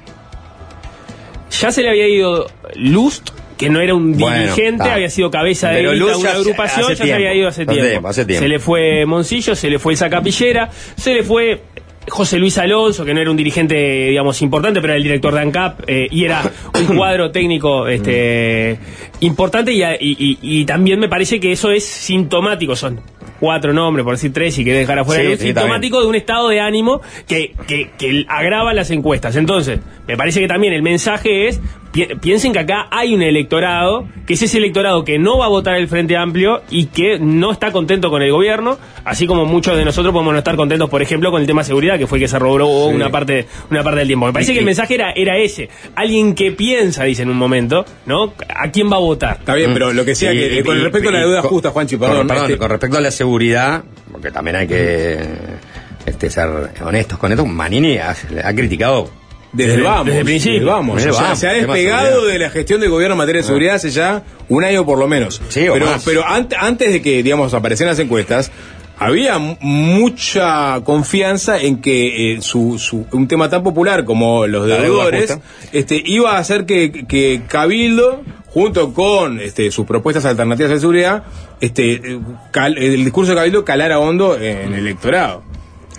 Speaker 8: Ya se le había ido Lust, que no era un
Speaker 6: Bueno,
Speaker 8: dirigente,
Speaker 6: está.
Speaker 8: había sido cabeza de
Speaker 6: Pero
Speaker 8: lista de
Speaker 6: Lust
Speaker 8: una
Speaker 6: ya hace-
Speaker 8: agrupación,
Speaker 6: hace
Speaker 8: ya se había
Speaker 6: tiempo.
Speaker 8: ido hace
Speaker 6: Hace
Speaker 8: tiempo.
Speaker 6: tiempo, hace tiempo.
Speaker 8: Se le fue Moncillo, se le fue el Sacapillera, se le fue José Luis Alonso, que no era un dirigente, digamos, importante, pero era el director de ANCAP eh, y era un cuadro técnico este, importante y, a- y- y- y también me parece que eso es sintomático, son cuatro nombres, por decir tres, y que dejar afuera
Speaker 6: Sí,
Speaker 8: Lust,
Speaker 6: sí,
Speaker 8: sintomático de un estado de ánimo que, que- que agrava las encuestas. Entonces, me parece que también el mensaje es, pi- piensen que acá hay un electorado, que es ese electorado que no va a votar el Frente Amplio y que no está contento con el gobierno, así como muchos de nosotros podemos no estar contentos, por ejemplo, con el tema de seguridad, que fue el que se robó una, parte, una parte del tiempo. Me parece que el mensaje era, era ese. Alguien que piensa, dice en un momento, ¿no? ¿A quién va a votar?
Speaker 1: Está bien, pero lo que sea
Speaker 6: Y-
Speaker 1: que, eh,
Speaker 6: y-
Speaker 1: con respecto a la
Speaker 6: y-
Speaker 1: deuda
Speaker 6: con-
Speaker 1: justa, Juanchi, perdón.
Speaker 6: Con,
Speaker 1: este,
Speaker 6: con respecto a la seguridad, porque también hay que este, ser honestos con esto, Manini ha, ha criticado.
Speaker 1: Desde el vamos.
Speaker 6: desde el principio.
Speaker 1: desde el vamos.
Speaker 6: Desde el
Speaker 1: O sea,
Speaker 6: vamos,
Speaker 1: se ha
Speaker 6: tema
Speaker 1: despegado
Speaker 6: seguridad.
Speaker 1: de la gestión del gobierno en materia de seguridad hace ya un año por lo menos.
Speaker 6: Ah. o
Speaker 1: pero
Speaker 6: más.
Speaker 1: pero ante- antes de que, digamos, aparecieran las encuestas, había m- mucha confianza en que eh, su, su- un tema tan popular como los
Speaker 6: La deuda
Speaker 1: deudores
Speaker 6: justa.
Speaker 1: este, iba a hacer que, que Cabildo, junto con este, sus propuestas alternativas de seguridad, este, eh, cal- el discurso de Cabildo calara hondo en el electorado.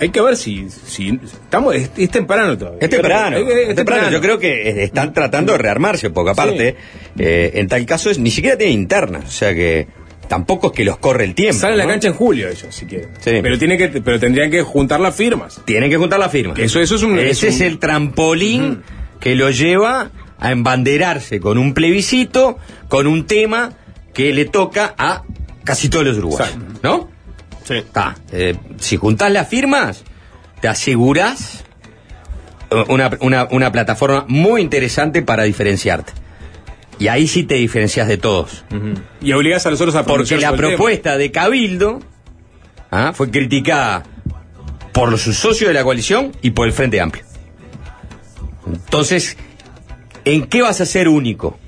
Speaker 1: Hay que ver si, si estamos es, es temprano todavía.
Speaker 6: Es temprano,
Speaker 1: Hay que-
Speaker 6: es temprano. Yo creo que eh, están tratando de rearmarse, porque aparte, eh, en tal caso, es- ni siquiera tienen interna. O sea que tampoco es que los corre el tiempo.
Speaker 1: Salen a
Speaker 6: ¿no?
Speaker 1: la cancha en julio ellos, si quieren.
Speaker 6: Sí.
Speaker 1: Pero tiene que, pero tendrían que juntar las firmas.
Speaker 6: Tienen que juntar las firmas.
Speaker 1: Eso, eso es un.
Speaker 6: Ese es
Speaker 1: es un-
Speaker 6: el trampolín que lo lleva a embanderarse con un plebiscito, con un tema que le toca a casi todos los uruguayos. ¿No?
Speaker 8: Sí.
Speaker 6: Está. Eh, si juntás las firmas, te asegurás eh, una, una- una plataforma muy interesante para diferenciarte. Y ahí sí te diferencias de todos.
Speaker 1: Y obligás a los otros a
Speaker 6: Porque
Speaker 1: pronunciarse
Speaker 6: la
Speaker 1: sobre el
Speaker 6: propuesta de Cabildo ah, fue criticada por los socios de la coalición y por el Frente Amplio. Entonces, ¿en qué vas a ser único?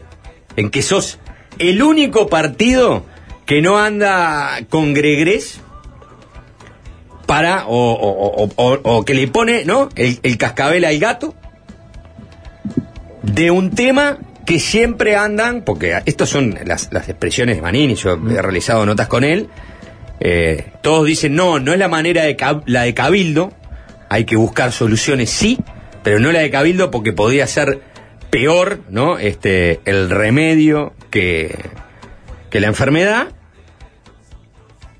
Speaker 6: En que sos el único partido que no anda con Gregres para, o, o- o- o- o que le pone, ¿no? El, el cascabel al gato de un tema que siempre andan, porque estas son las, las expresiones de Manini, yo he realizado notas con él, eh, todos dicen, no, no es la manera de cab- la de Cabildo, hay que buscar soluciones, sí, pero no la de Cabildo porque podría ser peor, ¿no? Este, el remedio que, que la enfermedad.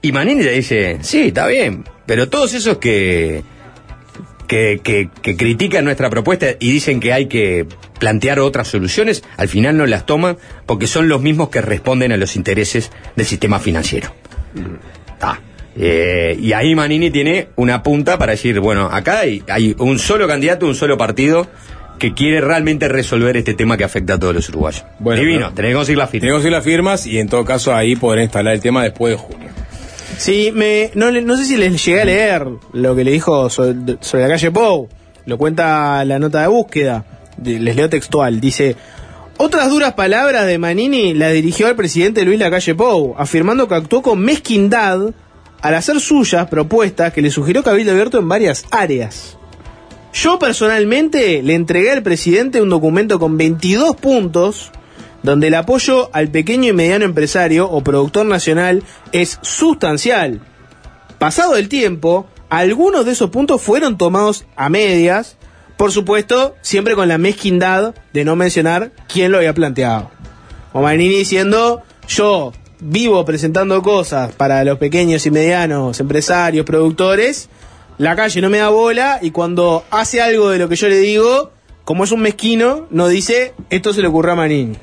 Speaker 6: Y Manini le dice, sí, está bien, pero todos esos que, que, que- que critican nuestra propuesta y dicen que hay que plantear otras soluciones, al final no las toman porque son los mismos que responden a los intereses del sistema financiero. Está. Eh, y ahí Manini tiene una punta para decir, bueno, acá hay, hay un solo candidato, un solo partido que quiere realmente resolver este tema que afecta a todos los uruguayos. Divino,
Speaker 1: pero-
Speaker 6: tenés que conseguir la firma.
Speaker 1: Tenemos que ir las firmas y en todo caso ahí podré instalar el tema después de junio.
Speaker 5: Sí, me, no, le- no sé si les llegué a leer lo que le dijo sobre, sobre la calle Pou. Lo cuenta la nota de búsqueda. De- Les leo textual. Dice: Otras duras palabras de Manini las dirigió al presidente Luis Lacalle Pou, afirmando que actuó con mezquindad al hacer suyas propuestas que le sugirió Cabildo Abierto en varias áreas. Yo personalmente le entregué al presidente un documento con 22 puntos donde el apoyo al pequeño y mediano empresario o productor nacional es sustancial. Pasado el tiempo, algunos de esos puntos fueron tomados a medias, por supuesto, siempre con la mezquindad de no mencionar quién lo había planteado. O Manini diciendo, yo vivo presentando cosas para los pequeños y medianos empresarios, productores, la calle no me da bola y cuando hace algo de lo que yo le digo, como es un mezquino, nos dice, esto se le ocurrió a Manini.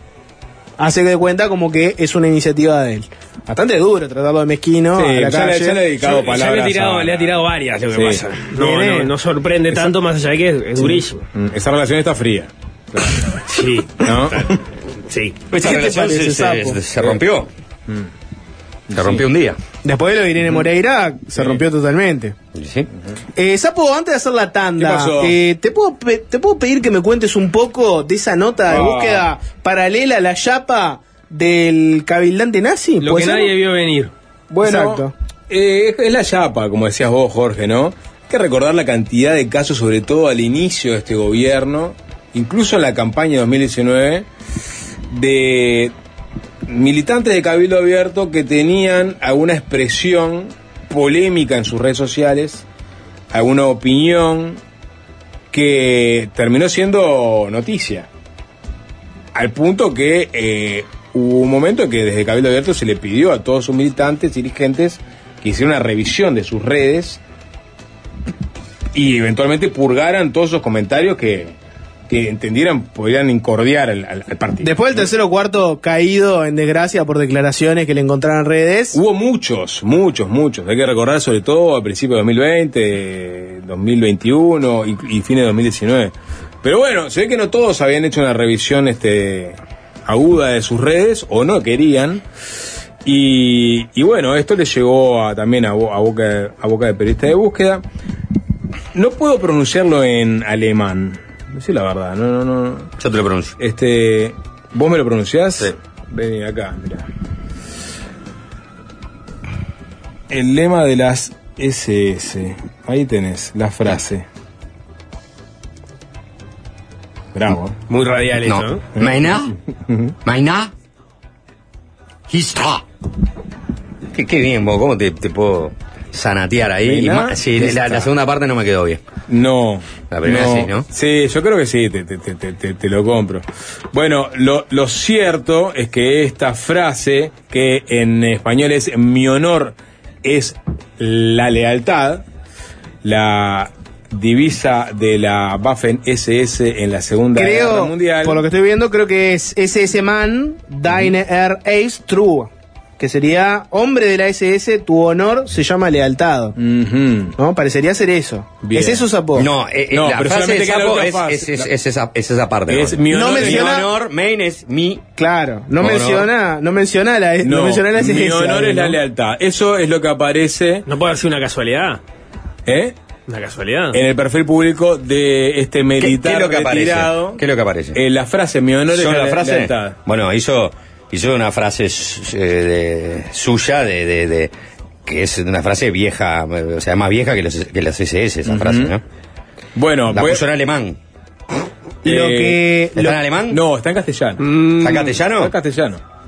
Speaker 5: Hace que de cuenta como que es una iniciativa de él. Bastante duro tratarlo de mezquino.
Speaker 1: Sí,
Speaker 5: a la
Speaker 1: ya le-
Speaker 5: calle.
Speaker 1: ya le he dedicado
Speaker 8: Ya le, he tirado, le ha tirado varias lo que
Speaker 1: Sí.
Speaker 8: pasa. No,
Speaker 1: Bien,
Speaker 8: no,
Speaker 1: eh.
Speaker 8: no sorprende tanto, más allá de que es, es durísimo.
Speaker 1: Mm, Esa relación está fría.
Speaker 8: Sí.
Speaker 1: ¿No?
Speaker 8: Sí.
Speaker 6: Esa
Speaker 5: ¿Qué te
Speaker 6: relación
Speaker 5: parece,
Speaker 6: se, se-
Speaker 5: sapo?
Speaker 6: se rompió. Se rompió un día.
Speaker 5: Después de lo de Irene Moreira, se rompió totalmente. Eh, Sapo, antes de hacer la tanda,
Speaker 6: ¿Qué pasó?
Speaker 5: eh, ¿te, puedo pe- ¿te puedo pedir que me cuentes un poco de esa nota de
Speaker 8: Ah.
Speaker 5: búsqueda paralela a la chapa del cabildante nazi?
Speaker 8: Lo
Speaker 5: ¿Puede
Speaker 8: que
Speaker 5: ser?
Speaker 8: nadie vio venir.
Speaker 1: Bueno,
Speaker 5: Exacto.
Speaker 1: eh, es la chapa, como decías vos, Jorge, ¿no? Hay que recordar la cantidad de casos, sobre todo al inicio de este gobierno, incluso en la campaña 2019, de militantes de Cabildo Abierto que tenían alguna expresión polémica en sus redes sociales, alguna opinión que terminó siendo noticia. Al punto que eh, hubo un momento en que desde Cabildo Abierto se le pidió a todos sus militantes, dirigentes, que hicieran una revisión de sus redes y eventualmente purgaran todos esos comentarios que, que entendieran podrían incordiar al, al- al partido.
Speaker 5: Después del tercer o cuarto caído en desgracia por declaraciones que le encontraron en redes.
Speaker 8: Uh,
Speaker 1: Hubo muchos, muchos, muchos. Hay que recordar sobre todo a principios de 2020, 2021 y, y fines de 2019. Pero bueno, se ve que no todos habían hecho una revisión este, aguda de sus redes o no querían. Y, y bueno, esto le llegó a- también a, bo- a boca, a boca de periodista de búsqueda. No puedo pronunciarlo en alemán. Decir la verdad, no, no, no.
Speaker 6: Yo te lo pronuncio.
Speaker 1: Este, ¿Vos me lo pronunciás? Vení acá, mirá. El lema de las SS. Ahí tenés la frase. Bravo. ¿eh?
Speaker 8: Muy radial eso, ¿no?
Speaker 6: Maina, Maina, Hista. Qué, qué bien, vos, ¿cómo te, te puedo sanatear ahí? Y
Speaker 1: Maina,
Speaker 6: ma- sí, la,
Speaker 1: Hista.
Speaker 6: la segunda parte no me quedó bien.
Speaker 1: No.
Speaker 6: La primera sí, ¿no?
Speaker 1: yo creo que sí, te, te- te- te- te- te lo compro. Bueno, lo, lo cierto es que esta frase, que en español es mi honor es la lealtad, la divisa de la Waffen SS en la Segunda Guerra
Speaker 5: Creo,
Speaker 1: Mundial.
Speaker 5: por lo que estoy viendo, creo que es SS Man, Dine Air Ace True. Que sería hombre de la SS, tu honor se llama lealtad. ¿No? Parecería ser eso.
Speaker 6: Bien.
Speaker 5: ¿Es eso, Sapo?
Speaker 6: No, eh, eh,
Speaker 5: No,
Speaker 6: la
Speaker 5: pero
Speaker 6: frase
Speaker 5: solamente
Speaker 6: de
Speaker 5: queda la
Speaker 6: Sapo
Speaker 5: otra
Speaker 6: es,
Speaker 5: frase.
Speaker 6: es- es- es esa, es esa parte.
Speaker 1: Es
Speaker 6: ¿no?
Speaker 1: mi honor-
Speaker 6: mi
Speaker 1: menciona-
Speaker 6: honor, main es mi...
Speaker 5: Claro, no
Speaker 6: Honor.
Speaker 5: menciona, no menciona la, no,
Speaker 1: No,
Speaker 5: menciona la SS.
Speaker 1: mi honor
Speaker 5: ahí,
Speaker 1: es la
Speaker 5: ¿no?
Speaker 1: lealtad. Eso es lo que aparece.
Speaker 8: No puede haber sido una casualidad.
Speaker 1: ¿Eh?
Speaker 8: Una casualidad.
Speaker 1: En el perfil público de este militar
Speaker 6: es lo que aparece?
Speaker 1: retirado.
Speaker 6: ¿Qué es lo que aparece?
Speaker 1: Eh, la frase, mi honor es
Speaker 6: ¿Son
Speaker 1: la,
Speaker 6: las frases?
Speaker 1: lealtad.
Speaker 6: Bueno, hizo, hizo una frase s- eh, de- suya de, de- de- que es una frase vieja, eh, o sea, más vieja que, los- que las SS, esa frase, ¿no?
Speaker 1: Bueno, pues,
Speaker 6: la
Speaker 1: voy-
Speaker 6: puso en alemán.
Speaker 5: Lo que-
Speaker 6: ¿Está
Speaker 5: lo-
Speaker 6: en alemán? Mm.
Speaker 1: No, está en castellano.
Speaker 6: ¿Está en castellano?
Speaker 1: Está en castellano.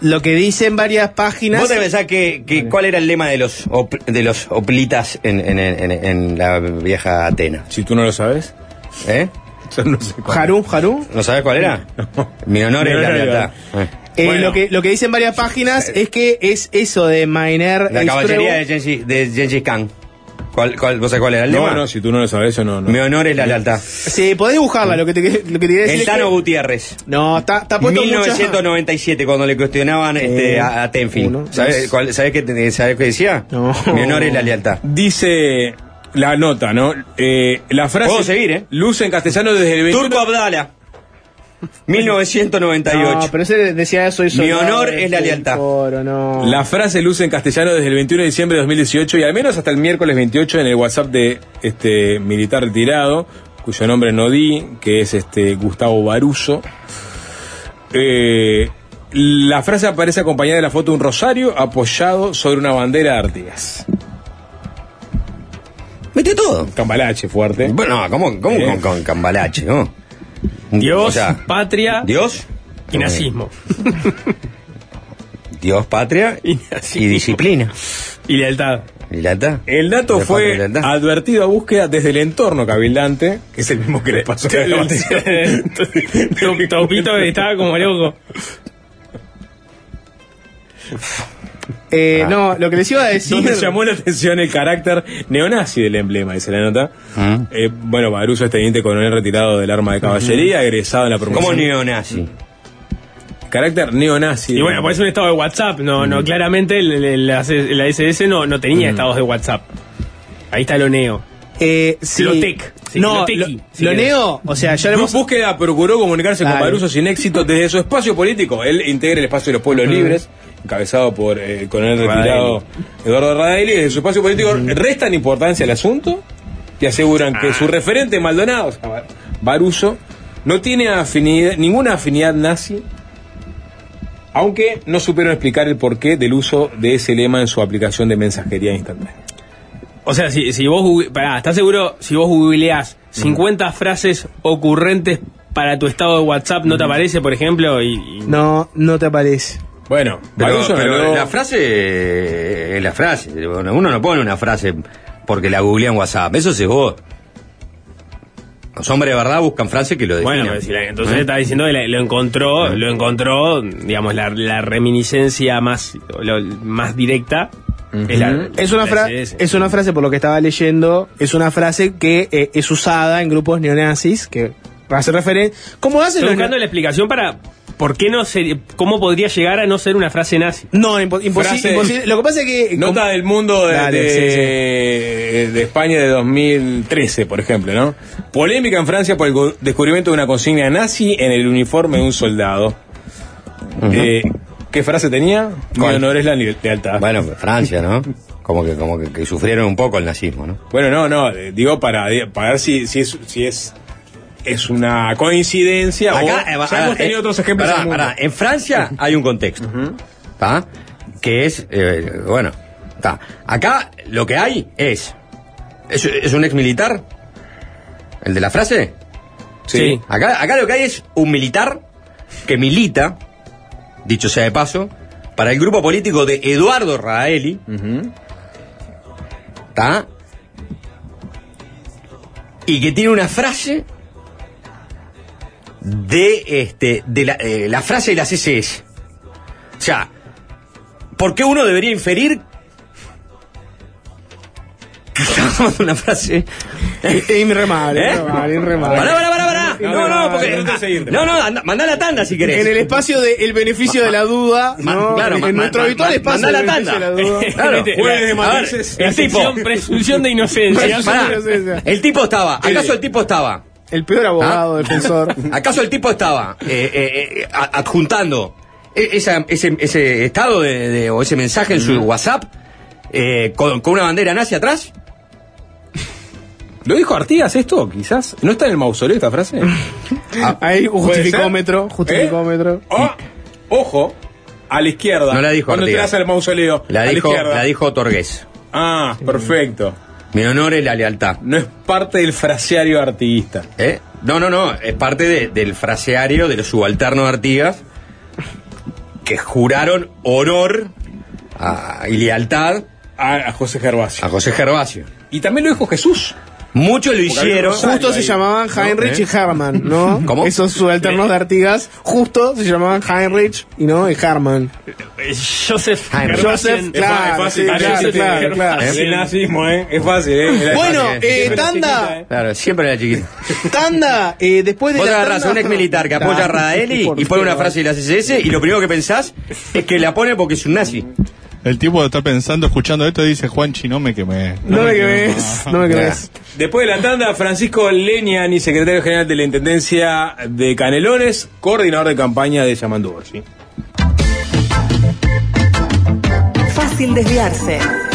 Speaker 5: Lo que dicen varias páginas.
Speaker 6: ¿Vos te pensás que, que cuál era el lema de los op- de los oplitas en, en- en- en la vieja Atenas?
Speaker 1: Si tú no lo sabes.
Speaker 6: ¿Eh?
Speaker 1: Yo no sé cuál.
Speaker 5: Harú, Harú.
Speaker 6: ¿No sabes cuál era? Mi honor es la
Speaker 1: Mi honor es la
Speaker 6: lealtad.
Speaker 5: Eh,
Speaker 6: Bueno,
Speaker 5: lo, que, lo que dicen varias páginas es que es eso de Miner.
Speaker 6: la caballería de Gengis, de Gengis Khan. ¿Cuál, cuál, ¿Vos sabés cuál era el lema?
Speaker 1: No, no, si tú no lo sabes, yo no. no.
Speaker 6: Mi honor es la lealtad.
Speaker 5: Sí, podés buscarla, lo que te, lo que te quería decir.
Speaker 6: El
Speaker 5: es
Speaker 6: Tano
Speaker 5: que-
Speaker 6: Gutiérrez.
Speaker 5: no, está, está puesto mucho-
Speaker 6: 1997, cuando le cuestionaban este, a, eh, a Tenfield. ¿Sabes, cuál- sabes qué, te- sabes qué decía? Mi honor es la lealtad.
Speaker 1: Dice la nota, ¿no? Eh, la frase.
Speaker 6: Puedo seguir, ¿eh?
Speaker 1: Luz en castellano desde el 21.
Speaker 6: Turco Abdala. 1998.
Speaker 5: No, pero ese decía soy
Speaker 6: Mi
Speaker 5: soldado
Speaker 6: honor
Speaker 5: del
Speaker 6: es la lealtad.
Speaker 5: Coro, no.
Speaker 1: La frase luce en castellano desde el 21 de diciembre de 2018 y al menos hasta el miércoles 28 en el WhatsApp de este militar retirado, cuyo nombre no di, que es este Gustavo Baruso. Eh, la frase aparece acompañada de la foto de un rosario apoyado sobre una bandera de Artigas.
Speaker 6: Mete todo.
Speaker 1: Cambalache fuerte.
Speaker 6: Bueno, no, ¿cómo, cómo
Speaker 1: Eh.
Speaker 6: con, con cambalache, no?
Speaker 8: Dios,
Speaker 6: O sea,
Speaker 8: patria
Speaker 6: Dios.
Speaker 8: y nazismo.
Speaker 6: Dios, patria y, disciplina.
Speaker 8: Y lealtad.
Speaker 6: ¿Y lealtad?
Speaker 1: El dato
Speaker 6: Dios, patria y
Speaker 1: fue
Speaker 6: lealtad.
Speaker 1: advertido a búsqueda desde el entorno cabildante, que es el mismo que le pasó a la
Speaker 8: Tu- Taupito estaba como loco.
Speaker 6: Ah.
Speaker 5: Eh, No, lo que les iba a decir.
Speaker 1: Donde llamó la atención el carácter neonazi del emblema, dice la nota. Eh, bueno, Baruso es teniente coronel retirado del arma de caballería, egresado en la promoción.
Speaker 6: ¿Cómo neonazi?
Speaker 1: Carácter neonazi.
Speaker 8: Y bueno, parece un estado de WhatsApp. No,
Speaker 5: Mm.
Speaker 8: no, claramente el- el- la, la SS no, no tenía estados de WhatsApp. Ahí está lo neo.
Speaker 5: Eh, sí.
Speaker 8: Lotec. Sí,
Speaker 5: no,
Speaker 8: Loteki,
Speaker 5: lo,
Speaker 8: si
Speaker 5: lo
Speaker 8: querés.
Speaker 5: neo, o sea, ya lo
Speaker 1: Bu-
Speaker 5: hemos.
Speaker 1: Búsqueda procuró comunicarse con
Speaker 5: Claro.
Speaker 1: Baruso sin éxito desde su espacio político. Él integra el espacio de los pueblos libres, encabezado por eh, el coronel retirado Eduardo Radaeli. Desde su espacio político restan importancia al asunto y aseguran que
Speaker 6: Ah.
Speaker 1: su referente Maldonado, o sea, Bar- Baruso, no tiene afinidad, ninguna afinidad nazi, aunque no supieron explicar el porqué del uso de ese lema en su aplicación de mensajería instantánea.
Speaker 8: O sea, si, si vos google- pará, ¿estás seguro? Si vos googleás
Speaker 5: Mm.
Speaker 8: 50 frases ocurrentes para tu estado de WhatsApp, ¿no te
Speaker 5: Mm.
Speaker 8: aparece, por ejemplo? Y, y-
Speaker 5: No, no te aparece.
Speaker 1: Bueno,
Speaker 6: Pero,
Speaker 1: Baruso
Speaker 6: pero
Speaker 1: nombró-
Speaker 6: la frase es la frase. Bueno, Uno no pone una frase porque la googlea en WhatsApp. Eso es vos. Los hombres de verdad buscan frases que lo
Speaker 8: Bueno,
Speaker 6: definan.
Speaker 8: pero si la- entonces
Speaker 6: ¿Eh?
Speaker 8: está diciendo que la- lo
Speaker 5: Ah.
Speaker 8: encontró, lo encontró, digamos, la, la reminiscencia más, lo- más directa. es, la-
Speaker 5: Es una,
Speaker 8: la
Speaker 5: fra-
Speaker 8: SS.
Speaker 5: es una frase, por lo que estaba leyendo, es una frase que eh, es usada en grupos neonazis, que va a ser referencia. ¿Cómo hacen
Speaker 8: Estoy
Speaker 5: los
Speaker 8: buscando la explicación para por qué no se, cómo podría llegar a no ser una frase nazi.
Speaker 5: No, impo- imposi-
Speaker 1: Frase-
Speaker 5: imposible. Lo que pasa es que.
Speaker 1: Nota del mundo de,
Speaker 5: Dale,
Speaker 1: de-
Speaker 5: sí,
Speaker 1: de España de 2013, por ejemplo, ¿no? Polémica en Francia por el go- descubrimiento de una consigna nazi en el uniforme de un soldado. Eh, ¿Qué frase tenía? Mi
Speaker 6: ¿Cuál?
Speaker 1: honor es la li- lealtad.
Speaker 6: Bueno, pues Francia, ¿no? Como que, como que, que sufrieron un poco el nazismo, ¿no?
Speaker 1: Bueno, no, no, eh, digo para, para ver si, si es... Si es es una coincidencia o
Speaker 6: Acá, eh, va-
Speaker 1: ya hemos
Speaker 6: eh,
Speaker 1: tenido otros ejemplos
Speaker 6: pará,
Speaker 1: en el mundo.
Speaker 6: pará. eh, En Francia hay un contexto. ¿tá? Que es, eh, bueno, está. Acá lo que hay es. ¿Es, es un ex militar? ¿El de la frase?
Speaker 8: Sí.
Speaker 6: Acá, acá lo que hay es un militar que milita, dicho sea de paso, para el grupo político de Eduardo Raeli. ¿Está? Y que tiene una frase de este de la, eh, la frase de las SS. O sea, ¿por qué uno debería inferir que estamos en una frase?
Speaker 5: Inremable,
Speaker 6: ¿Eh?
Speaker 5: inremable, inremable.
Speaker 6: Pará, pará, pará, pará.
Speaker 5: No,
Speaker 6: No,
Speaker 5: no,
Speaker 6: no, porque.
Speaker 1: no te seguirte.
Speaker 6: No, no, anda- mandá la tanda si querés.
Speaker 5: En el espacio del beneficio de la duda,
Speaker 6: Ma-
Speaker 5: ¿no?
Speaker 6: claro,
Speaker 5: en
Speaker 6: ma-
Speaker 5: nuestro
Speaker 6: ma-
Speaker 5: habitual
Speaker 6: ma-
Speaker 5: espacio
Speaker 6: mandá
Speaker 5: del
Speaker 6: la
Speaker 5: beneficio
Speaker 6: tanda.
Speaker 5: de la duda.
Speaker 6: Claro.
Speaker 8: Viste,
Speaker 1: Jueves de
Speaker 8: la-
Speaker 1: matices.
Speaker 8: la
Speaker 6: El tipo.
Speaker 8: sección presunción de inocencia.
Speaker 6: Pará. El tipo estaba. ¿Acaso el tipo estaba?
Speaker 5: El peor abogado,
Speaker 6: ¿Ah?
Speaker 5: defensor.
Speaker 6: ¿Acaso el tipo estaba eh, eh, eh, a- adjuntando e- esa- ese, ese estado de, de- o ese mensaje en su WhatsApp eh, con, con una bandera nazi atrás?
Speaker 1: ¿Lo dijo Artigas esto, quizás? ¿No está en el mausoleo esta frase?
Speaker 5: Ahí,
Speaker 6: ¿Eh?
Speaker 5: un
Speaker 1: ¿Puede ser?
Speaker 5: justificómetro, justificómetro.
Speaker 1: O, ojo, a la izquierda.
Speaker 6: No la dijo
Speaker 1: Cuando
Speaker 6: Artigas.
Speaker 1: entras al mausoleo.
Speaker 6: La
Speaker 1: a
Speaker 6: dijo,
Speaker 1: izquierda.
Speaker 6: la dijo Torgués.
Speaker 1: Ah, perfecto.
Speaker 6: Mi honor es la lealtad.
Speaker 1: No es parte del fraseario artiguista.
Speaker 6: ¿Eh? No, no, no. Es parte de- del fraseario de los subalternos de Artigas que juraron honor a- y lealtad
Speaker 1: A, a José Gervasio.
Speaker 6: a José Gervasio.
Speaker 1: Y también lo dijo Jesús.
Speaker 6: Muchos lo
Speaker 1: Porque había
Speaker 6: hicieron.
Speaker 1: unos
Speaker 5: Justo se
Speaker 1: ahí.
Speaker 5: llamaban Heinrich y Hermann, ¿no?
Speaker 6: ¿Cómo?
Speaker 5: Esos subalternos de Artigas, justo se llamaban Heinrich y no y Hermann.
Speaker 1: Eh,
Speaker 8: Joseph.
Speaker 6: Heinrich.
Speaker 5: Joseph, claro, sí,
Speaker 1: parece
Speaker 5: claro,
Speaker 1: que-
Speaker 5: claro, claro.
Speaker 1: Es el nazismo, ¿eh? Es fácil, ¿eh? Era
Speaker 5: Bueno,
Speaker 1: fácil,
Speaker 5: eh,
Speaker 1: Siempre
Speaker 5: tanda.
Speaker 1: chiquita, ¿eh?
Speaker 6: Claro, siempre era chiquito.
Speaker 5: Tanda, eh, después de
Speaker 6: Vos
Speaker 5: la
Speaker 6: agarrás a
Speaker 5: tanda-
Speaker 6: un ex militar que apoya a Radaeli y pone una frase de la CSS y lo primero que pensás es que la pone porque es un nazi.
Speaker 5: El tipo está pensando, escuchando esto, y dice, Juanchi, no me quemé.
Speaker 1: No me quemes, no me quemes. Después de la tanda, Francisco Leniani, secretario general de la Intendencia de Canelones, coordinador de campaña de Yamandú Orsi.
Speaker 11: Fácil desviarse.